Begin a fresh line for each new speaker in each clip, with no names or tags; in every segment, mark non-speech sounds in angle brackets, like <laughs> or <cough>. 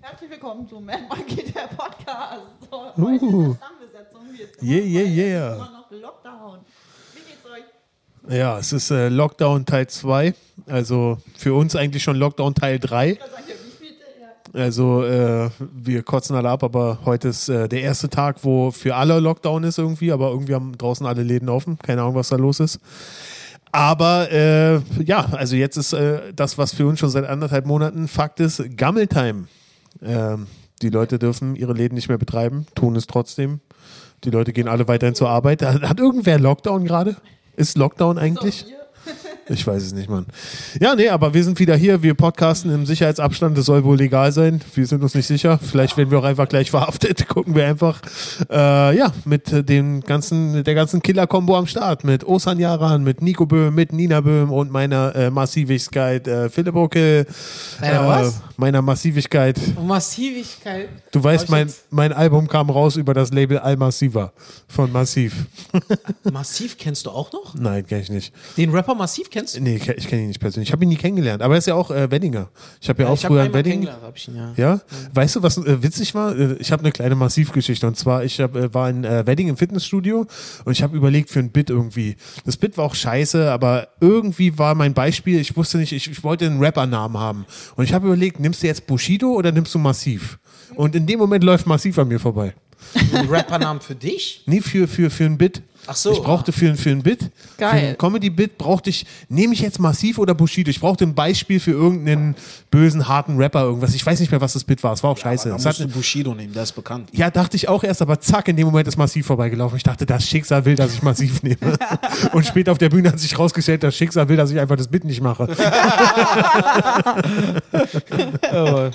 Herzlich willkommen zu Mad Monkey, der Podcast. So,
Uh.
heute in der Stammbesetzung. Wir sind
Yeah,
immer
yeah,
noch bei, es ist
yeah.
Immer noch Lockdown. Wie geht's euch?
Ja, es ist äh, Lockdown Teil 2. Also für uns eigentlich schon Lockdown Teil 3.
Da sagt ihr, wie spielte er?
Also äh, wir kotzen alle ab, aber heute ist äh, der erste Tag, wo für alle Lockdown ist irgendwie, aber irgendwie haben draußen alle Läden offen. Keine Ahnung, was da los ist. Aber äh, ja, also jetzt ist äh, das, was für uns schon seit anderthalb Monaten Fakt ist, Gammeltime. Ähm, die Leute dürfen ihre Läden nicht mehr betreiben, tun es trotzdem. Die Leute gehen alle weiterhin zur Arbeit. Hat irgendwer Lockdown gerade? Ist Lockdown eigentlich?
So, ihr?
Ich weiß es nicht, Mann. Ja, nee, aber wir sind wieder hier. Wir podcasten im Sicherheitsabstand. Das soll wohl legal sein. Wir sind uns nicht sicher. Vielleicht werden wir auch einfach gleich verhaftet. <laughs> Gucken wir einfach. Äh, ja, mit äh, dem ganzen, mit der ganzen Killer-Kombo am Start. Mit Osan Yaran, mit Nico Böhm, mit Nina Böhm und meiner äh, Massivigkeit äh, Philipp Ucke.
Meiner was?
Meiner Massivigkeit.
Massivigkeit.
Du
Hab
weißt,
ich
mein,
jetzt-
mein Album kam raus über das Label Al Massiva von Massiv.
Massiv kennst du auch noch?
Nein, kenn ich nicht.
Den Rapper Massiv kennst du?
Nee, ich, ich kenne ihn nicht persönlich. Ich habe ihn nie kennengelernt. Aber er ist ja auch äh, Weddinger. Ich habe ja, auch
ich hab
früher in
einmal
Wedding.
kennengelernt, Mhm. hab ich ihn, ja.
Ja? Weißt du, was äh, witzig war? Äh, Ich habe eine kleine Massivgeschichte. Und zwar, ich hab, äh, war in äh, Wedding im Fitnessstudio und ich habe überlegt für ein Bit irgendwie. Das Bit war auch scheiße, aber irgendwie war mein Beispiel, ich wusste nicht, ich, ich wollte einen Rappernamen haben. Und ich habe überlegt, nimmst du jetzt Bushido oder nimmst du Massiv?
Mhm.
Und in dem Moment läuft Massiv an mir vorbei.
Ein Rappernamen für dich?
Nee, für, für, für ein Bit.
Ach so.
Ich brauchte für, ein- für ein Bit.
Geil.
Für ein Comedy-Bit brauchte ich, nehme ich jetzt Massiv oder Bushido? Ich brauchte ein Beispiel für irgendeinen bösen, harten Rapper, irgendwas. Ich weiß nicht mehr, was das Bit war. Es war auch scheiße. Es hat,
Bushido nehmen, der ist bekannt. <laughs>
ja, dachte ich auch erst, aber zack, in dem Moment ist Massiv vorbeigelaufen. Ich dachte, das Schicksal will, dass ich Massiv nehme. Und später auf der Bühne hat sich rausgestellt, das Schicksal will, dass ich einfach das Bit nicht mache.
Ja,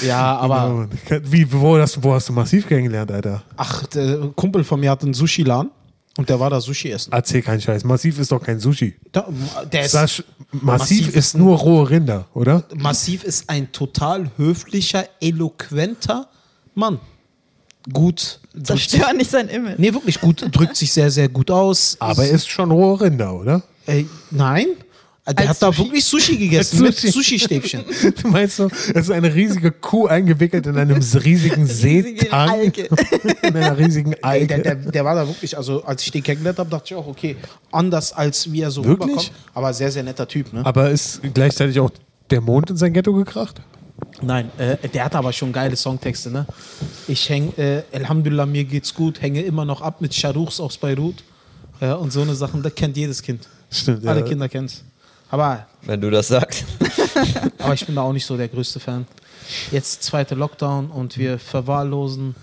Genau.
aber
Oh, Wie, wo hast, du- wo hast du Massiv kennengelernt, Alter?
ach, der Kumpel von mir hat einen Sushi-Laden und der war da Sushi essen.
Erzähl keinen Scheiß. Massiv ist doch kein Sushi.
Da, der ist,
Sasch, massiv,
Massiv
ist nur rohe Rinder, oder?
Massiv ist ein total höflicher, eloquenter Mann. Gut. drückt sich-
Zerstör nicht sein Image.
Nee, wirklich gut, drückt sich sehr, sehr gut aus.
Aber er ist schon rohe Rinder, oder? <laughs>
Ey, Äh, nein. Der
Als
hat da
Sushi.
wirklich Sushi gegessen
Als Sushi.
mit Sushi-Stäbchen.
Du meinst so, es ist eine riesige Kuh eingewickelt in
<laughs>
einem riesigen
Riesige
Seetang.
Alge.
<laughs> In einer
<laughs>
riesigen
<laughs> Ey, der, der,
Alge.
der war da wirklich, also als ich den kennengelernt habe, dachte ich auch, okay, anders als wie er so
Wirklich?
rüberkommt. Aber sehr, sehr netter Typ, ne?
Aber ist gleichzeitig auch der Mond in sein Ghetto gekracht?
Nein, äh, der hat aber schon geile Songtexte, ne? Ich hänge, äh, Alhamdulillah, mir geht's gut, hänge immer noch ab mit Sharuchs aus Beirut äh, und so eine Sachen, das kennt jedes Kind.
Stimmt,
Alle
ja.
Kinder kennen's. Aber,
Wenn du das sagst.
aber ich bin da auch nicht so der größte Fan. Jetzt zweite Lockdown und wir verwahrlosen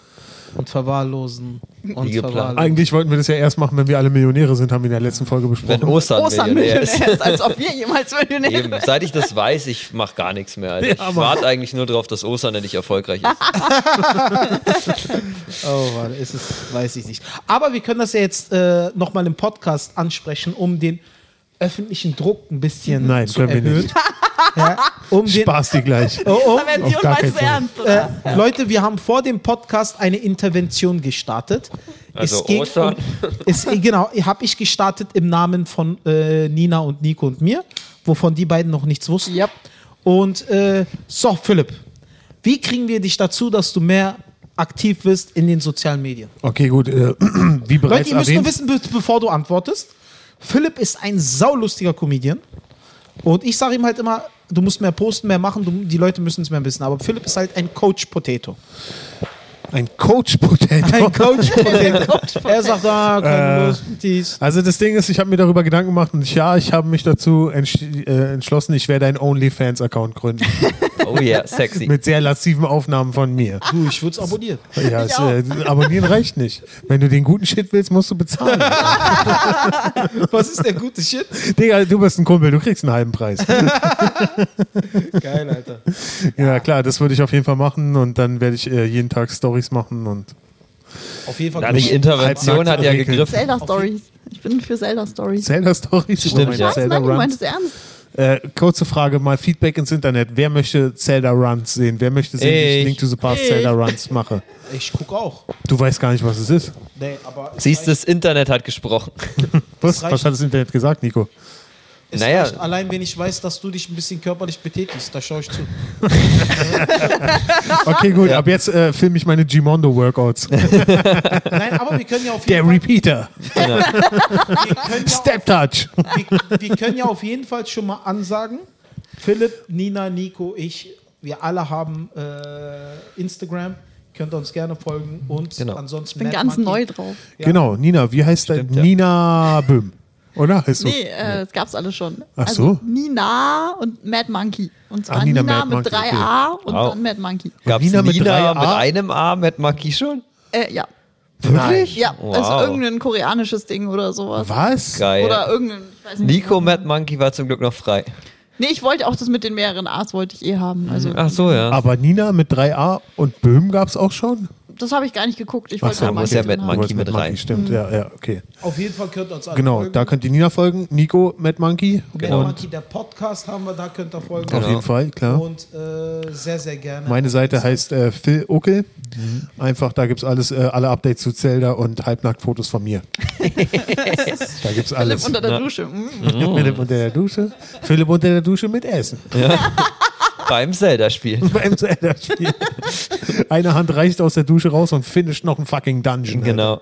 und verwahrlosen und
Wie geplant.
verwahrlosen.
Eigentlich wollten wir das ja erst machen, wenn wir alle Millionäre sind, haben wir in der letzten Folge
Wenn
besprochen.
Ostern,
Ostern
Millionär ist.
Millionär ist, als ob wir jemals Millionär
Eben, seit ich das weiß, ich mache gar nichts mehr. Alter.
Ja,
ich
Mann.
warte eigentlich nur darauf, dass Ostern endlich erfolgreich
<laughs>
ist.
Oh, warte, ist es, weiß ich nicht. Aber wir können das ja jetzt äh, nochmal im Podcast ansprechen, um den öffentlichen Druck ein bisschen
Nein,
zu
können wir
erhöhen. <laughs>
nicht.
Ja, um den,
Spaß dir gleich.
<laughs> Oh, um,
Aber jetzt
Auf
Sion
gar
meint es
keinen Fall.
ernst,
äh,
oder?
Leute, wir haben vor dem Podcast eine Intervention gestartet.
Also
um,
Ostern.
es, genau, habe ich gestartet im Namen von äh, Nina und Nico und mir, wovon die beiden noch nichts wussten.
Yep.
Und äh, so, Philipp, wie kriegen wir dich dazu, dass du mehr aktiv bist in den sozialen Medien?
Okay, gut. Äh, <clears throat> wie
Leute,
bereits
ihr müsst nur
erwähnt,
wissen, be bevor du antwortest, Philipp ist ein saulustiger Comedian. Und ich sage ihm halt immer, du musst mehr posten, mehr machen, du, die Leute müssen es mehr wissen. Aber Philipp ist halt ein Coach Potato.
ein Coach Potato.
Ein Coach
<laughs>
Potato. er sagt, ah, keine Lust, dies.
<laughs> Also das Ding ist, ich habe mir darüber Gedanken gemacht und ich, ja, ich habe mich dazu entsch äh, entschlossen, ich werde einen OnlyFans-Account gründen.
Oh yeah, sexy.
mit sehr lassiven Aufnahmen von mir.
Du, ich würde
<laughs>
es abonnieren.
Ja,
Ich
es, äh, abonnieren reicht nicht. Wenn du den guten Shit willst, musst du bezahlen.
Was ist der gute Shit?
Digga, du bist ein Kumpel, du kriegst einen halben Preis.
Geil, Alter.
ja, klar, das würde ich auf jeden Fall machen und dann werde ich äh, jeden Tag Stories machen und
Auf jeden Fall.
Na, die Intervention hat ja
Halbnackte
gegriffen.
Zelda-Stories. Ich bin für Zelda-Stories.
Zelda Stories.
Stimmt, ja.
Was?
Zelda
Nein, du
Runs.
meintest ernst.
Äh, kurze Frage, mal Feedback ins Internet. Wer möchte Zelda Runs sehen? Wer möchte sehen, wie ich
Ich.
Link to the Past Zelda Runs mache?
Ich gucke auch.
Du weißt gar nicht, was es ist.
Nee, aber
Siehst du, das Internet hat gesprochen.
Was,
reicht.
was hat das Internet gesagt, Nico?
Es
Naja.
reicht allein, wenn ich weiß, dass du dich ein bisschen körperlich betätigst, da schaue ich zu.
Okay, gut. Ab jetzt äh, filme ich meine Gimondo-Workouts.
Nein, aber wir können ja auf
Der
jeden Fall,
Repeater.
wir können ja,
Step Touch.
wir, wir können ja auf jeden Fall schon mal ansagen, Philipp, Nina, Nico, ich, wir alle haben äh, Instagram, könnt ihr uns gerne folgen und
Genau.
ansonsten
Ich bin
Mad
ganz
Monkey.
neu drauf.
Ja.
Genau, Nina. Wie heißt dein?
Stimmt, ja.
Nina Böhm. Oder? Heißt du?
Nee, äh, das gab's alle schon.
Ach
also
so.
Nina und Mad Monkey. Und zwar
Ach, Nina
Nina,
Mad
mit
Monkey,
drei
okay.
A und
Wow.
dann Mad Monkey.
Gab's
Nina
Nina,
mit
mit,
drei A?
einem A, Matt Maki schon?
Äh, ja.
Wirklich?
Ja,
Wow.
also irgendein koreanisches Ding oder sowas.
Was?
Geil.
Oder irgendein, ich weiß nicht.
Nico Mad Monkey war zum Glück noch frei.
Nee, ich wollte auch das mit den mehreren A's wollte ich eh haben. Also
Ach so, ja.
Aber Nina mit 3a und Böhm gab es auch schon?
das habe ich gar nicht geguckt. Ich
Ach
wollte
so,
so,
muss ja Mad
Du
Monkey
wolltest
mit
Monkey,
rein.
Stimmt,
Mhm.
ja, ja, okay.
Auf jeden Fall könnt ihr uns alle
Genau,
folgen.
da könnt ihr Nina folgen. Nico, Mad Monkey.
Mad
Genau.
Monkey, der Podcast haben wir, da könnt ihr folgen.
Auf jeden Fall, klar.
Und äh, sehr, sehr gerne.
Meine Seite heißt äh, Phil Uckel.
Mhm.
Einfach, da gibt es alles, äh, alle Updates zu Zelda und Halbnacktfotos von
<laughs>
mir. da gibt es
Philipp
alles.
unter der Dusche. Mm.
Mhm.
Philipp unter der Dusche. Philipp unter der Dusche mit Essen.
Beim Zelda-Spiel.
Beim Zelda-Spiel. <laughs> Eine Hand reicht aus der Dusche raus und finisht noch einen fucking Dungeon.
Genau.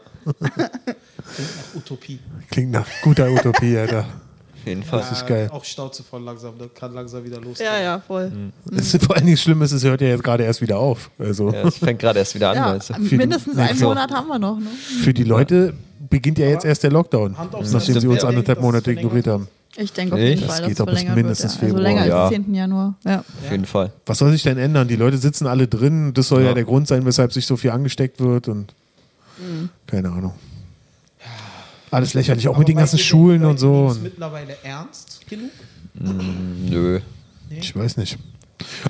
Utopie.
Alter. Klingt nach guter Utopie, Alter.
Auf jeden Fall.
Das ist geil.
Auch Stauze voll langsam, das kann langsam wieder losgehen.
Ja, ja, voll.
Es ist vor allen Dingen schlimm ist, es hört ja jetzt gerade erst wieder auf. Also
Ja, es fängt gerade erst wieder an,
Ja,
meinst du?
mindestens einen
so.
Monat haben wir noch. Ne?
für die Leute beginnt ja jetzt erst der Lockdown,
Hand aufs
nachdem
Herz,
sie uns
wer denkt,
anderthalb
dass es
Monate
verlängert
ignoriert
wird?
haben.
Ich denke auf
Nee,
jeden
das
Fall,
geht
dass es
doch bis
verlängert wird. Ja.
mindestens
Also
Februar.
länger
Ja.
als den 10. Januar. Ja.
Auf jeden Fall.
Was soll sich denn ändern? Die Leute sitzen alle drin. Das soll ja,
Ja.
der Grund sein, weshalb sich so viel angesteckt wird und keine Ahnung. Alles lächerlich, auch
Mhm. Aber
mit den
meint
ganzen
ihr,
Schulen
Leute
und so.
nehmen's
Und
mittlerweile ernst genug?
Nö.
ich weiß nicht.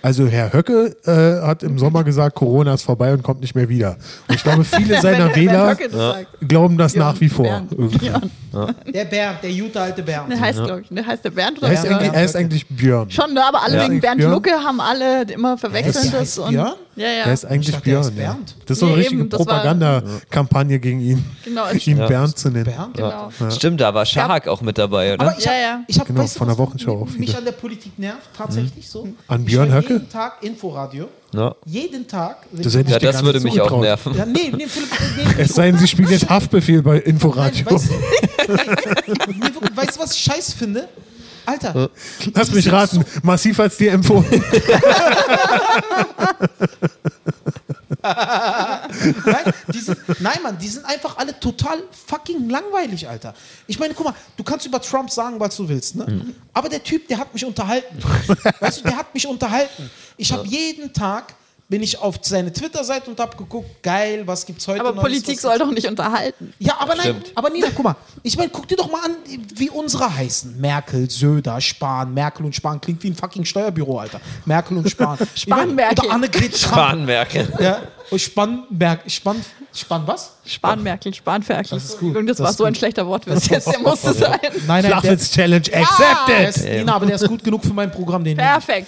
Also Herr Höcke äh, hat im Sommer gesagt, Corona ist vorbei und kommt nicht mehr wieder. Und ich glaube, viele seiner
Wenn- wenn
Wähler
Höcke das sagt.
glauben das
Björn,
nach wie vor.
Bernd.
irgendwie.
Björn.
Der Bernd, der gute alte Bernd.
Der heißt, glaube ich, der heißt der Bernd oder
Er ist
Björn?
eigentlich, er ist eigentlich Björn.
Schon, ne? aber alle
Ja.
wegen Bernd
Björn?
Lucke haben alle immer verwechseln
Echt?
das.
Der heißt
Und,
Björn?
Ja, ja.
Er ist eigentlich
dachte, er
Björn.
ist
ja.
Bernd.
Das ist so eine
Nee,
richtige
eben, das war-
Propagandakampagne gegen ihn. <laughs>
Genau, es-
ihn
Ja.
Bernd zu nennen.
Bernd?
genau.
Stimmt, da war Shahak auch mit dabei, oder?
Aber ich
Ja,
hab,
ja.
Ich hab,
Genau,
weißt du,
von der
was
Wochenshow auch
Mich
wieder.
an der Politik nervt, tatsächlich so.
Mhm. An
Ich
Björn
höre
Höcke?
Jeden Tag Inforadio.
Ja.
Jeden Tag.
Das hätte ich
Ja,
dir
das
gar
würde
nicht
mich auch
zugetraut.
nerven.
ja, nee, nee, Philipp, nee, nee,
<laughs> Es sei denn, sie spielen jetzt Haftbefehl bei Inforadio.
Nein, weißt, du, nee, nee, weißt du, was ich scheiß finde? Alter,
<laughs> Äh, Lass mich raten. Massiv als dir empfohlen.
nein, die sind, nein, Mann, die sind einfach alle total fucking langweilig, Alter. Ich meine, guck mal, du kannst über Trump sagen, was du willst, ne?
Mhm.
Aber der Typ, der hat
<laughs>
mich unterhalten. weißt du, der hat mich unterhalten. Ich habe jeden Tag bin ich auf seine Twitter-Seite und hab geguckt, geil, was gibt's heute
Aber
Neues,
Politik
was
soll doch nicht unterhalten.
Ja, aber nein,
Stimmt.
aber Nina, guck mal, ich meine, guck dir doch mal an, wie unsere heißen. Merkel, Söder, Spahn, Merkel und Spahn klingt wie ein fucking Steuerbüro, Alter. Merkel und
<laughs>
Spahn. Ich mein,
Spahn-Merkel.
Oder Annegret Spahn.
Bahnwerke.
Ja, und Spannberg, Spann, Spann was?
Spanmerkel, Spanferkel.
ist gut.
Entschuldigung, das,
Das
war
ist
so ein schlechter Wortwitz jetzt, der musste sein.
Nein, der,
Flachwitz Challenge
Ah, der
accepted.
ist, Nina, aber der ist gut genug für mein Programm, den.
Perfekt.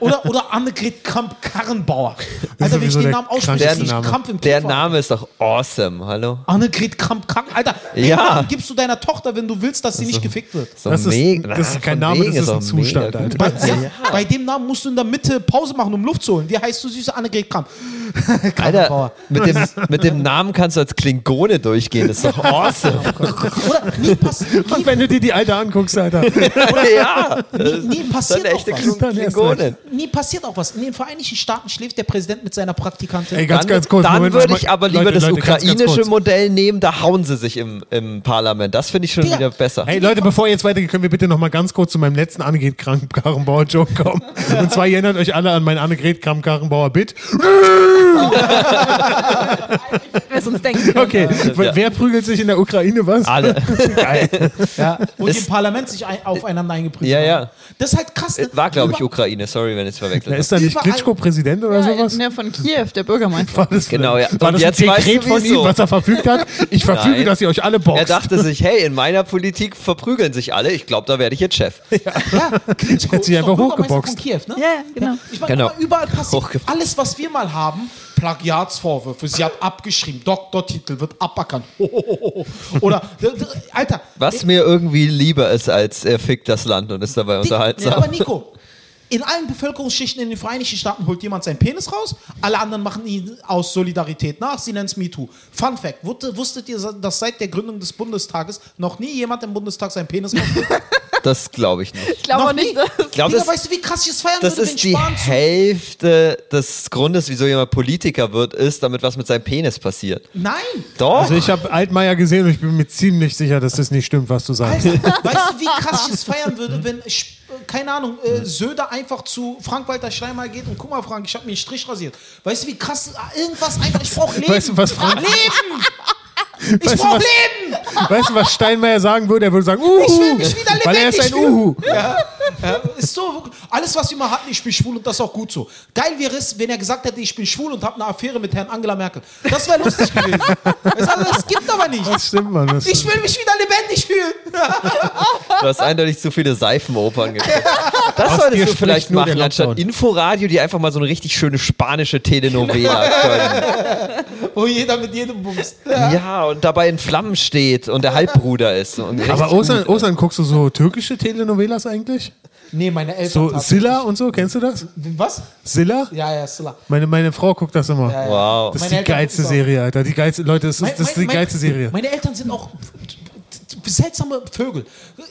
Oder, oder Annegret Kramp-Karrenbauer.
ist
Alter, wenn ich
sowieso der
den Namen ausspreche,
krankeste
krieg ich
Name.
Krampf im
Der
Kiefer.
Name ist doch awesome. Hallo?
Annegret Kramp-Karrenbauer. Alter, den
Ja.
Namen gibst du deiner Tochter, wenn du willst, dass sie nicht gefickt wird.
So
Das ist-
mega-
das ist
Ah,
kein
von
Name,
wegen
das ist ein
auch
Zustand,
mega
Alter.
gut.
Bei, ja. bei dem Namen musst du in der Mitte Pause machen, um Luft zu holen. Wie heißt du, süße Annegret Kramp?
Alter, mit dem, mit dem Namen kannst du als Klingone durchgehen. Das ist
<laughs>
doch awesome.
Oder? Nie, pass,
<laughs> Und wenn du dir die Alte anguckst, Alter.
<laughs> ja.
nie, nie
Das ist
passiert
eine
auch
echte
was.
Dann erst
Klingone.
Nie passiert auch was. In den Vereinigten Staaten schläft der Präsident mit seiner Praktikantin.
Ey, ganz, ganz kurz.
dann
Moment,
würde
Moment.
ich aber lieber
Leute,
das
Leute, ganz,
ukrainische
ganz kurz.
Modell nehmen, da hauen sie sich im, im Parlament. Das finde ich schon
Ja.
wieder besser.
Hey Leute, bevor ihr jetzt weitergeht, können wir bitte noch mal ganz kurz zu meinem letzten Annegret Kramp-Karrenbauer-Joke
<laughs>
kommen. Und zwar ihr erinnert euch alle an mein Annegret Kramp-Karrenbauer-Bit.
Wer es uns denken könnte.
Okay, <laughs> wer wer prügelt sich in der Ukraine was? <laughs>
Alle.
Ja. Und
Ist-
im Parlament sich ein, aufeinander eingeprügelt.
Ja,
haben.
ja.
Das ist halt krass. Ne?
War, glaube ich,
Über-
Ukraine. Sorry, wenn ich es
Na,
verwechselt habe.
ist da nicht
Überall-
Klitschko Präsident oder
Ja,
sowas?
ne, von Kiew, der Bürgermeister.
War das,
Genau, ja.
War
Und
das
jetzt
ein
weißt
Dekret
du,
von ihm,
wieso.
was er verfügt hat? Ich verfüge,
Nein.
dass ihr euch alle
Er
boxt.
dachte sich, hey, in meiner Politik verprügeln sich alle. Ich glaube, da werde ich jetzt Chef. <laughs>
Ja, Klitschko
Hat sie
ist
einfach
doch Bürgermeister
hochgeboxt.
Von Kiew, ne?
Ja, genau.
Ich meine,
Genau.
aber überall passiert
Hochgeboxt.
alles, was wir mal haben, Plagiatsvorwürfe. Sie hat abgeschrieben. Doktortitel wird aberkannt. <laughs> Hohohoho. Oder, d- d- Alter.
<laughs>
Was
äh,
mir irgendwie lieber ist, als er fickt das Land und ist dabei
Dick,
unterhaltsam.
Aber Nico, in allen Bevölkerungsschichten in den Vereinigten Staaten holt jemand seinen Penis raus, alle anderen machen ihn aus Solidarität nach, sie nennen es MeToo. Fun Fact, wusste- wusstet ihr, dass seit der Gründung des Bundestages noch nie jemand im Bundestag seinen
<laughs>
Penis rausholt?
Das glaube ich nicht.
Ich glaube
Noch
auch nicht,
nie.
dass.
Ich glaube,
Digga,
das,
weißt du, wie krass ich es feiern
das
würde, wenn
ist die
Spahn zu
Hälfte des Grundes, wieso jemand Politiker wird, ist, damit was mit seinem Penis passiert.
Nein!
Doch.
Also ich habe Altmaier gesehen und ich bin mir ziemlich sicher, dass das nicht stimmt, was du sagst.
Weißt
<laughs>
du, weißt du, wie krass ich es feiern würde, wenn, ich, äh, keine Ahnung, äh, Söder einfach zu Frank-Walter Steinmeier geht und guck mal, Frank, ich habe mir den Strich rasiert. Weißt du, wie krass, äh, irgendwas einfach, ich brauche Leben.
Weißt du, was Frank- <laughs>
Leben! Ich
Weißt du,
brauche
was-
Leben!
Weißt du, was Steinmeier sagen würde? Er würde sagen, Uhu,
Ich will mich wieder
weil er ist
lebendig
ein
fühlen.
Uhu.
Ja, Äh, ist so, wirklich- alles, was wir mal hatten, ich bin schwul und das ist auch gut so. Geil wäre es, wenn er gesagt hätte, ich bin schwul und habe eine Affäre mit Herrn Angela Merkel. Das wäre lustig gewesen. Das, das gibt aber nicht.
Das stimmt, Mann. Das
Ich will mich wieder lebendig fühlen.
Du hast eindeutig zu viele Seifenopern geguckt. Das
Aus dir
solltest du
spricht
vielleicht
nur der
machen, anstatt
Lockdown.
Inforadio, die einfach mal so eine richtig schöne spanische
<laughs>
Telenovela können.
Wo jeder mit jedem bumst.
Ja, und dabei in Flammen steht und der Halbbruder ist. Und
aber
richtig
Ostern,
gut.
Ostern guckst du so türkische Telenovelas eigentlich?
Nee, meine Eltern.
So
tatsächlich.
Silla und so, kennst du das?
Was?
Silla?
Ja, ja, Silla.
Meine, meine Frau guckt das immer.
Ja, ja.
Wow.
Das ist
Äh, Meine
die
Eltern
geilste
gucken's auch.
Serie, Alter. Die geilste, Leute, das ist, das ist die
Mein- mein-
geilste Serie.
Meine Eltern sind auch seltsame Vögel.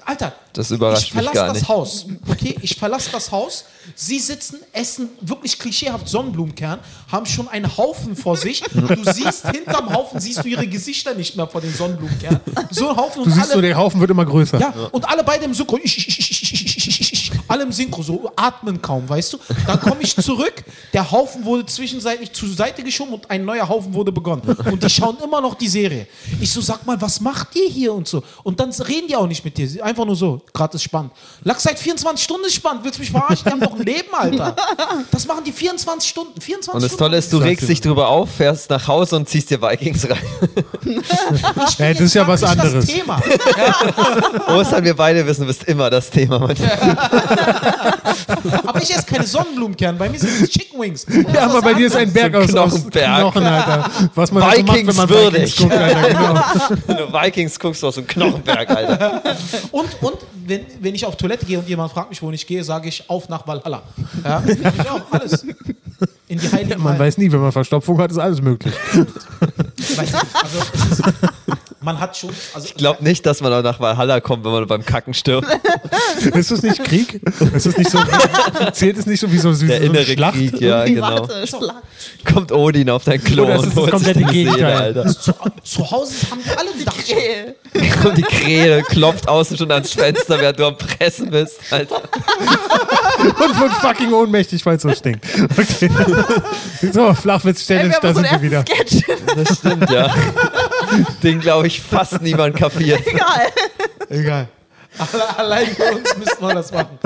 Alter,
Das überrascht
ich
mich
verlasse
gar
das
nicht.
Haus. Okay, ich verlasse das Haus. Sie sitzen, essen wirklich klischeehaft Sonnenblumenkern, haben schon einen Haufen vor
<laughs>
sich. Du siehst hinterm Haufen siehst du ihre Gesichter nicht mehr vor den Sonnenblumenkern. So ein Haufen
Du siehst so, der Haufen wird immer größer.
ja, und alle beide im Synchro. Ich, ich, ich, ich, ich, ich, ich, ich, alle im Synchro, so atmen kaum, weißt du? Dann komme ich zurück, der Haufen wurde zwischenzeitlich zur Seite geschoben und ein neuer Haufen wurde begonnen. Und die schauen immer noch die Serie. Ich so, sag mal, was macht ihr hier und so? Und dann reden die auch nicht mit dir. Sie- Einfach nur so, gerade ist spannend. Lachs seit 24 Stunden ist spannend, willst du mich verarschen? Die haben doch ein Leben, Alter. Das machen die 24 Stunden. 24
Und das
Stunden.
Tolle ist, du regst dich drüber auf, fährst nach Hause und ziehst dir Vikings
<laughs>
rein.
Ich bin
Ja, das
jetzt
ist ja
grad
was
nicht
anderes.
Das Thema.
Ostern, wir beide wissen, du bist immer das Thema. mein Lieber.
Aber ich esse keine Sonnenblumenkerne, bei mir sind es Chicken Wings.
Ja, aber bei dir ist ein Berg aus, aus
Knochenberg.
Knochen, Alter. Was man halt so macht, wenn man Vikings
Vikingswürdig.
guckt, Alter. Genau.
Wenn du Vikings guckst, du hast so einen Knochenberg, Alter.
Und, und wenn, wenn ich auf Toilette gehe und jemand fragt mich, wohin ich gehe, sage ich auf nach Valhalla. <laughs> Ja, mach ich auch alles. In die heiligen
Man
Hallen.
weiß nie, wenn man Verstopfung hat, ist alles möglich.
Weiß nicht, also es ist, man hat schon. Also,
Ich glaub nicht, dass man auch nach Valhalla kommt, wenn man beim Kacken stirbt.
Ist das nicht Krieg? Ist das nicht so,
<laughs>
zählt es nicht so wie so, wie
Der
so eine
innere
Schlacht?
Krieg, ja, genau.
Warte, Schlag.
Kommt Odin auf dein Klo
Oder ist es
und
das
holt sich
komplette
die Seele,
Gegenteil?
Alter.
zu, zu Hause haben wir alle gedacht.
Ey.
Und die Krähe klopft außen schon ans Fenster, während du am Pressen bist, Alter.
Und wird fucking ohnmächtig, weil es so stinkt. Okay. <laughs> So,
Ey,
Flachwitz-Challenge,
wir
da
haben so
sind
einen
wir wieder.
ersten Sketch. <laughs>
Das stimmt, ja. Den, glaube ich, fast niemand kapiert.
Egal.
Egal. Alle, allein für uns müssen wir das machen.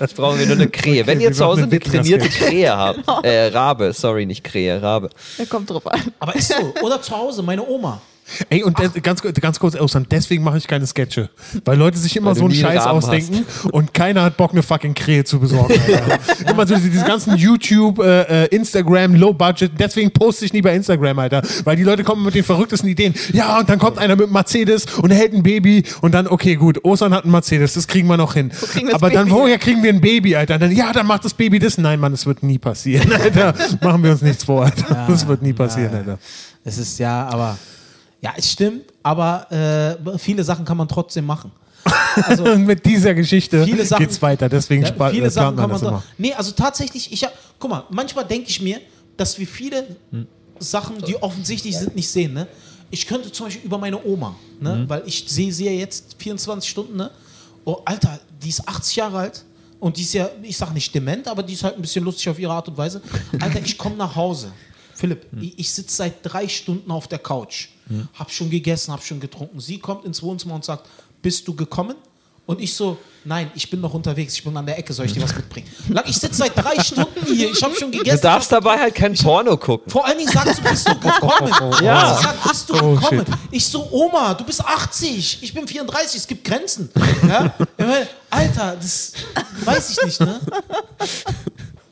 Jetzt brauchen wir nur eine Krähe. Wenn ihr
wir
zu Hause
machen
eine
den
trainierte Krähe habt, äh, Rabe, sorry, nicht Krähe, Rabe.
Ja, kommt drauf an.
Aber ist so. Oder zu Hause, meine Oma.
Ey, und das, ganz, kurz- ganz kurz, Ostern, deswegen mache ich keine Sketche. Weil Leute sich immer
Weil du
so einen
nie
Scheiß
Rahmen
ausdenken und keiner hat Bock, eine fucking Krähe zu besorgen.
<laughs>
Alter. immer so diese ganzen YouTube, äh, äh, Instagram, Low Budget. Deswegen poste ich nie bei Instagram, Alter. Weil die Leute kommen mit den verrücktesten Ideen. Ja, und dann kommt einer mit einem Mercedes und hält ein Baby und dann, okay, gut, Ostern hat ein Mercedes, das kriegen wir noch hin.
kriegen wir das
Aber dann,
Baby?
woher kriegen wir ein Baby, Alter? Und dann, ja, dann macht das Baby das. Nein, Mann, das wird nie passieren, <laughs> Alter. Machen wir uns nichts vor, Alter. Das wird nie passieren, Alter.
Es ist ja, aber. Ja, es stimmt, aber äh, viele Sachen kann man trotzdem machen. Also,
Und mit dieser Geschichte
Viele Sachen-
geht's weiter. Deswegen
Ja,
spa-
viele
äh, plant
Sachen
man
kann man
das
sagen.
immer.
Nee, also tatsächlich, ich hab, guck mal, manchmal denke ich mir, dass wir viele Sachen, die offensichtlich sind, nicht sehen. Ne? Ich könnte zum Beispiel über meine Oma, ne?
Mhm.
weil ich sehe sie ja jetzt 24 Stunden. Ne? Oh, Alter, die ist 80 Jahre alt und die ist ja, ich sag nicht dement, aber die ist halt ein bisschen lustig auf ihre Art und Weise. Alter, ich komme nach Hause. Philipp,
Mhm.
ich, ich sitze seit drei Stunden auf der Couch, hab schon gegessen, hab schon getrunken. Sie kommt ins Wohnzimmer und sagt, bist du gekommen? Und ich so, nein, ich bin noch unterwegs, ich bin an der Ecke, soll ich dir was mitbringen? Lang- Ich sitze seit drei Stunden hier, ich habe schon
Du
gegessen.
darfst
ich hab-
dabei halt kein Porno gucken.
Vor allen Dingen sagst du, bist
<laughs>
du gekommen?
Ja.
Sie sagt, bist du
Oh,
gekommen?
shit.
Ich so, Oma, du bist 80, ich bin 34, es gibt Grenzen. Ja? Ich meine, Alter, das weiß ich nicht, ne?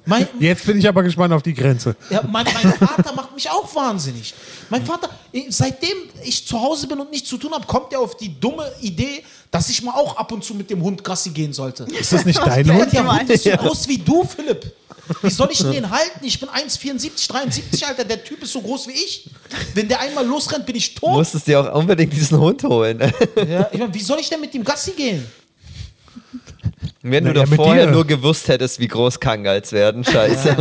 Mein,
Jetzt bin ich aber gespannt auf die Grenze.
ja, mein, mein Vater macht macht mich auch wahnsinnig. Mein Vater, eh, seitdem ich zu Hause bin und nichts zu tun habe, kommt er auf die dumme Idee, dass ich mal auch ab und zu mit dem Hund Gassi gehen sollte.
Ist <laughs> das nicht dein Hund?
Der Hund ist so groß wie du, Philipp. Wie soll ich denn den halten? Ich bin 1,74, 73, Alter. Der Typ ist so groß wie ich. Wenn der einmal losrennt, bin ich tot.
musstest dir auch unbedingt diesen Hund holen. <laughs>
Ja, ich meine, wie soll ich denn mit dem Gassi gehen?
Wenn
Na
du
ja,
doch
mit
vorher
dir.
nur gewusst hättest, wie groß Kangals werden, scheiße.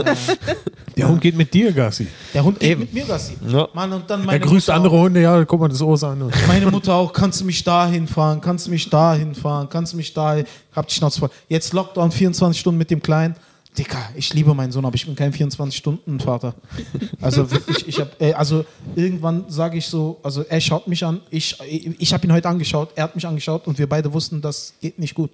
Der Hund geht mit dir, Gassi.
Der Hund geht
Eben.
mit mir Gassi.
Ja.
Mann, und dann
Er
meine
grüßt
genau.
Mutter
andere Hunde, ja, guck mal das Ohr an. Und
Auch, meine Mutter auch, kannst du mich da hinfahren, kannst du mich da hinfahren, kannst du mich da hin- Hab die Schnauze voll. Jetzt Lockdown, 24 Stunden mit dem Kleinen. Dicker, ich liebe meinen Sohn, aber ich bin kein 24-Stunden-Vater. Also wirklich, ich hab, äh, also irgendwann sage ich so, also er schaut mich an, ich, ich habe ihn heute angeschaut, er hat mich angeschaut und wir beide wussten, das geht nicht gut.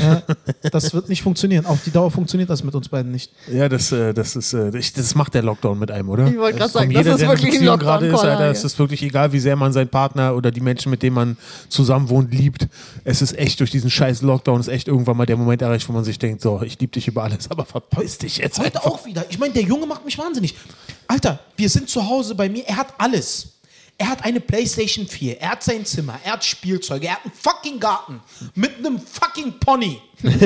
Ja, das wird nicht funktionieren. Auf die Dauer funktioniert das mit uns beiden nicht.
ja, das, äh, das, ist, äh, ich- das macht der Lockdown mit einem, oder?
Ich wollte gerade
Also
sagen,
komm,
das ist
der in einer
wirklich ein
Beziehung gerade ist,
Lockdown-Caller,
Alter,
ja.
es ist wirklich egal, wie sehr man seinen Partner oder die Menschen, mit denen man zusammen wohnt, liebt. Es ist echt durch diesen scheiß Lockdown, ist echt irgendwann mal der Moment erreicht, wo man sich denkt, so, ich liebe dich über alles, aber verpiss dich jetzt.
Heute auch wieder. Ich meine, der Junge macht mich wahnsinnig. Alter, wir sind zu Hause bei mir. Er hat alles. Er hat eine Playstation 4, er hat sein Zimmer, er hat Spielzeuge, er hat einen fucking Garten mit einem fucking Pony. Okay?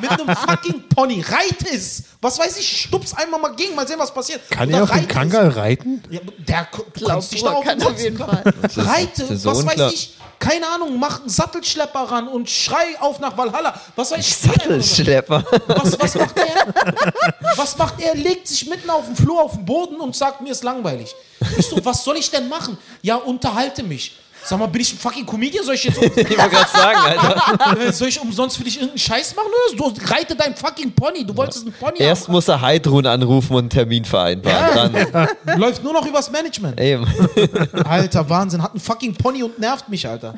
mit einem fucking Pony. Reit es. Was weiß ich, stups einmal mal gegen, mal sehen, was passiert.
Kann
Oder
er auf
reit
den
es.
Kangal reiten?
Ja, der du kannst dich
Glaub,
darauf
kann auf jeden Fall.
ist-
Reite,
das ist
was
unklar.
weiß ich, keine Ahnung, mach einen Sattelschlepper ran und schrei auf nach Valhalla. Was weiß ich,
Sattelschlepper.
was, was macht er? Was macht er? Legt sich mitten auf den Flur auf den Boden und sagt, mir ist langweilig. Ich so, was soll ich denn machen? Ja, unterhalte mich. Sag mal, bin ich ein fucking Comedian? Soll ich jetzt um,
Ich wollte gerade sagen, Alter.
äh, soll ich umsonst für dich irgendeinen Scheiß machen? Oder? Du reite dein fucking Pony. Du wolltest einen Pony
Erst muss er Heidrun anrufen und einen Termin vereinbaren. <laughs> Dann
haben. Läuft nur noch übers Management.
eben.
Alter, Wahnsinn. Hat einen fucking Pony und nervt mich, Alter.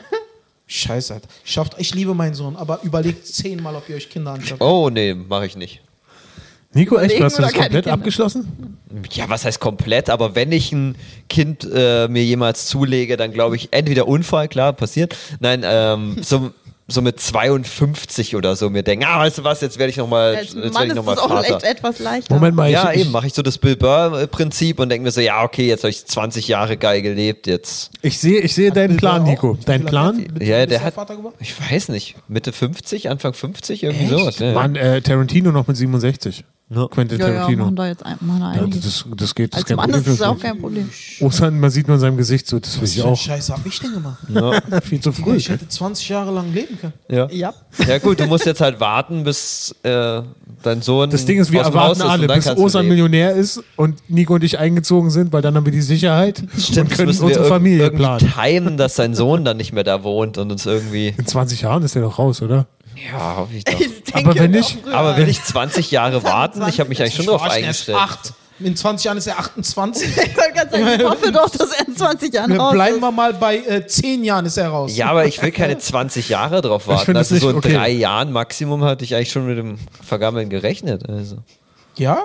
Scheiße, Alter. Schafft, ich liebe meinen Sohn, aber überlegt zehnmal, ob ihr euch Kinder anschafft.
Oh nee, mache ich nicht.
Nico, echt,
Überlegen
hast du
oder
das
keine
komplett
Kinder?
abgeschlossen?
Ja, was heißt komplett? Aber wenn ich ein Kind äh, mir jemals zulege, dann glaube ich, entweder Unfall, klar, passiert. Nein, ähm, so, so mit 52 oder so mir denken, ah, weißt du was, jetzt werde ich nochmal
Als
jetzt
Mann
werde ich
ist
noch
es
mal
auch
Vater.
echt etwas leichter.
Moment mal, ich,
ja,
ich,
eben, mache ich so das Bill Burr-Prinzip und denke mir so, ja, okay, jetzt habe ich 20 Jahre geil gelebt, jetzt.
ich sehe, ich sehe deinen
Bill
Plan,
Burr auch?
Nico. Dein
Wie lange
Plan?
hat-
Ja,
bist
der
du
hat,
Vater geworden?
ich weiß nicht, Mitte 50, Anfang 50, irgendwie sowas. Ja.
Mann, äh, Tarantino noch mit 67. Quentin
ja, ja,
Tarantino.
machen da jetzt ein, machen da
Ja,
einige.
das, das geht. Das
Als Mann ist
Problem
es
für
auch
mich.
kein Problem.
Ostern, man sieht nur in seinem Gesicht so, das will
Was
ich
für
<laughs>
einen
auch.
Scheiß hab ich denn gemacht?
Viel zu früh.
Ich hätte 20 Jahre lang leben können.
Ja.
Ja.
ja, gut, du musst jetzt halt warten, bis äh, dein Sohn.
Das Ding ist, wir
aus dem Haus
erwarten
ist und
alle,
dann
bis
kannst du
Ostern
leben.
Millionär ist und Nico und ich eingezogen sind, weil dann haben wir
<laughs>
die Sicherheit und
Stimmt, das
können
müssen wir
unsere
irg-
Familie
irgendwie
planen.
timen, dass sein Sohn dann nicht mehr da wohnt und uns irgendwie.
In 20 Jahren ist der doch raus, oder?
Ja, hoffe ich doch.
Ich denke
Aber wenn
auch
ich-
früher
Aber
an.
will ich
<laughs>
20 Jahre warten? Ich habe mich eigentlich schon drauf
Arsch, der ist
eingestellt.
acht. In 20 Jahren ist er 28.
<laughs> Ich wollte gerade sagen, ich hoffe doch, dass er in 20 Jahren raus
Bleiben
ist.
wir mal bei äh, 10 Jahren ist er raus.
Ja, aber ich will keine 20 Jahre drauf warten.
finde das
Also so in
nicht okay.
drei Jahren Maximum hatte ich eigentlich schon mit dem Vergammeln gerechnet. Also.
Ja?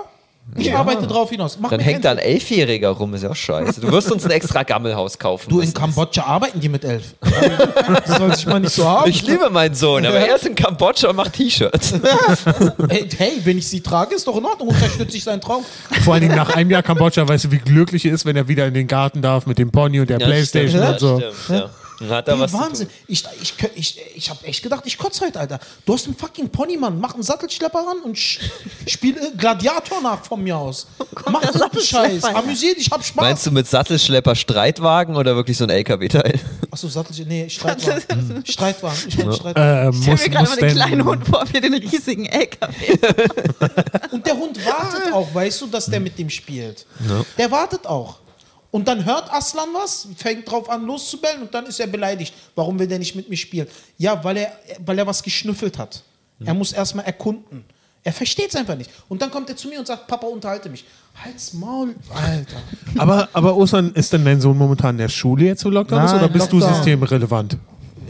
Ich arbeite drauf hinaus. Mach
Dann
mir
hängt da
keinen-
ein Elfjähriger rum, ist ja auch scheiße. Du wirst uns ein extra Gammelhaus kaufen.
Du, in
müssen.
Kambodscha arbeiten die mit 11. <laughs> das soll sich mal nicht so haben.
ich liebe meinen Sohn, aber er ist in Kambodscha und macht T-Shirts.
hey, hey, wenn ich sie trage, ist doch in Ordnung. Unterstütze ich seinen Traum.
Vor allen Dingen nach einem Jahr Kambodscha weißt du, wie glücklich er ist, wenn er wieder in den Garten darf mit dem Pony und der Playstation
ja,
und so.
Stimmt, ja. Dann Hat er
Ey,
was zu
Wahnsinn. Ich, ich, kö- ich, ich habe echt gedacht, ich kotze heute, Alter. Du hast einen fucking Pony, Mann. Mach einen Sattelschlepper ran und
<laughs>
sch spiel äh, Gladiator nach von mir aus.
Oh
Mach
der
so einen Scheiß.
Sattelschlepper, ja.
Amüsier dich, hab Spaß.
Meinst du mit Sattelschlepper Streitwagen oder wirklich so ein <laughs> LKW-Teil?
Achso, Sattelschlepper.
<laughs>
Nee, Streitwagen. Streitwagen. Ich meine Streitwagen.
Äh,
Ich stelle
muss,
mir gerade mal
muss
den
denn,
kleinen Hund vor, wie den riesigen LKW.
Und der Hund wartet auch, weißt du, dass der mit dem spielt. Der wartet auch. Und dann hört Aslan was, fängt drauf an loszubellen und dann ist er beleidigt. Warum will der nicht mit mir spielen? Ja, weil er, weil er was geschnüffelt hat.
Hm.
Er muss erstmal erkunden. Er versteht es einfach nicht. Und dann kommt er zu mir und sagt, Papa, unterhalte mich. Halt's Maul, Alter.
aber, aber Ostern, ist denn dein Sohn momentan in der Schule jetzt so Lockdown ist
Nein,
oder bist du
Lockdown.
systemrelevant?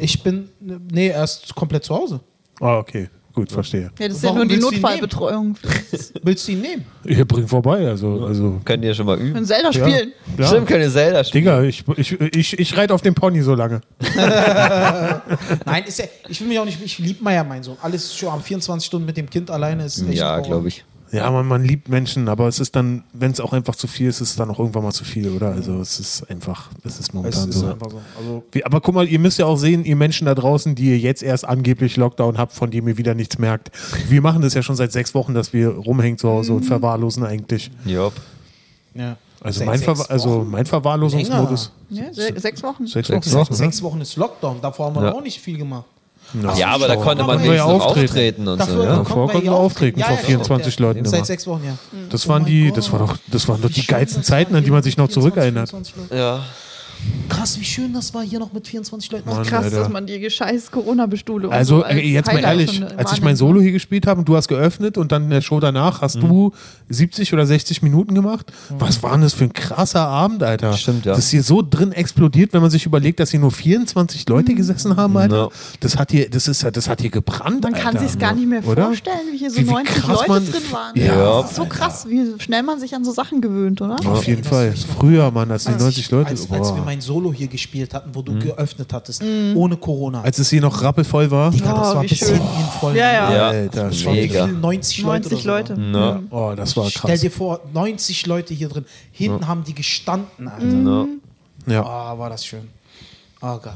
Ich bin, nee, er ist komplett zu Hause.
Ah, okay. Gut, verstehe.
Ja, das ist ja
Warum
nur die
willst du ihn
Notfallbetreuung.
Willst du ihn nehmen?
Ihr bringt vorbei, also, also
Könnt ihr schon mal üben.
Können Zelda spielen.
klar.
Stimmt, könnt ihr Zelda spielen.
Digga, ich, ich, ich, ich reite auf dem Pony so lange.
Nein, ist er, ich will mich auch nicht, ich liebe ja meinen Sohn. Alles schon am 24 Stunden mit dem Kind alleine ist echt
Ja,
Horror.
glaube ich.
Ja, man, man liebt Menschen, aber es ist dann, wenn es auch einfach zu viel ist, ist es dann auch irgendwann mal zu viel, oder? Also es ist einfach, es ist
Es
momentan
ist
so.
einfach so. Also,
Wie, aber guck mal, ihr müsst ja auch sehen, ihr Menschen da draußen, die ihr jetzt erst angeblich Lockdown habt, von dem ihr wieder nichts merkt. Wir machen das ja schon seit sechs Wochen, dass wir rumhängen zu Hause und
Mhm.
verwahrlosen eigentlich.
Jupp.
ja.
Also,
Seit
mein,
sechs
Verwa also mein Verwahrlosungsmodus.
Ja, se sechs Wochen.
Sechs Wochen.
Sechs
Wochen.
Wochen. ne?
Sechs Wochen ist Lockdown, davor haben wir
Ja.
auch nicht viel gemacht.
Ja.
Ja, aber da konnte man
Dafür
wenigstens noch
auftreten.
auftreten und so.
Dafür
Ja.
kommt
Davor
man
konnten
ja
wir
auch-
auftreten
Ja,
vor
ja,
24
stimmt,
Leuten immer.
Seit sechs Wochen, ja.
Das waren die, das waren doch, das waren doch die geilsten Zeiten, an die man sich noch zurückerinnert.
24 Leute.
Ja.
Krass, wie schön das war hier noch mit 24 Leuten.
Mann,
Krass,
Alter.
dass man die scheiß Corona-Bestuhlung.
Also
so als
äh, jetzt mal
Highlight
ehrlich,
schon
als ich
wahrnimmt.
mein Solo hier gespielt habe und du hast geöffnet und dann in der Show danach hast du 70 oder 60 Minuten gemacht. Was war denn das für ein krasser Abend, Alter?
Stimmt, ja.
Das ist hier so drin explodiert, wenn man sich überlegt, dass hier nur 24 Leute gesessen haben, Alter.
Ja.
Das hat hier, das ist, das hat hier gebrannt,
Man kann
Alter.
sich's gar nicht mehr
Oder?
vorstellen, wie hier so
Wie- wie
90
krass
Leute
man-
drin waren.
Ja.
Das ist so krass, wie schnell man sich an so Sachen gewöhnt, oder?
Auf jeden
das
Fall.
ist echt-
Früher, Mann, als die
Als,
90 Leute.
Also als, als
boah. Mhm.
wir mein Solo hier gespielt hatten, wo du geöffnet hattest, ohne Corona.
als es hier noch rappelvoll war.
Digga, das
Mhm. Oh,
war
wie
bis
schön.
hinten hin voll.
Ja, ja.
Ja,
Alter,
Das waren wie
mega.
viel? 90 Leute.
90
oder
Leute.
So.
Ja.
Oh, das war
Stell
krass.
dir vor, 90 Leute hier drin. Hinten haben die gestanden, Alter.
Ja.
Ah, war das schön. Oh Gott.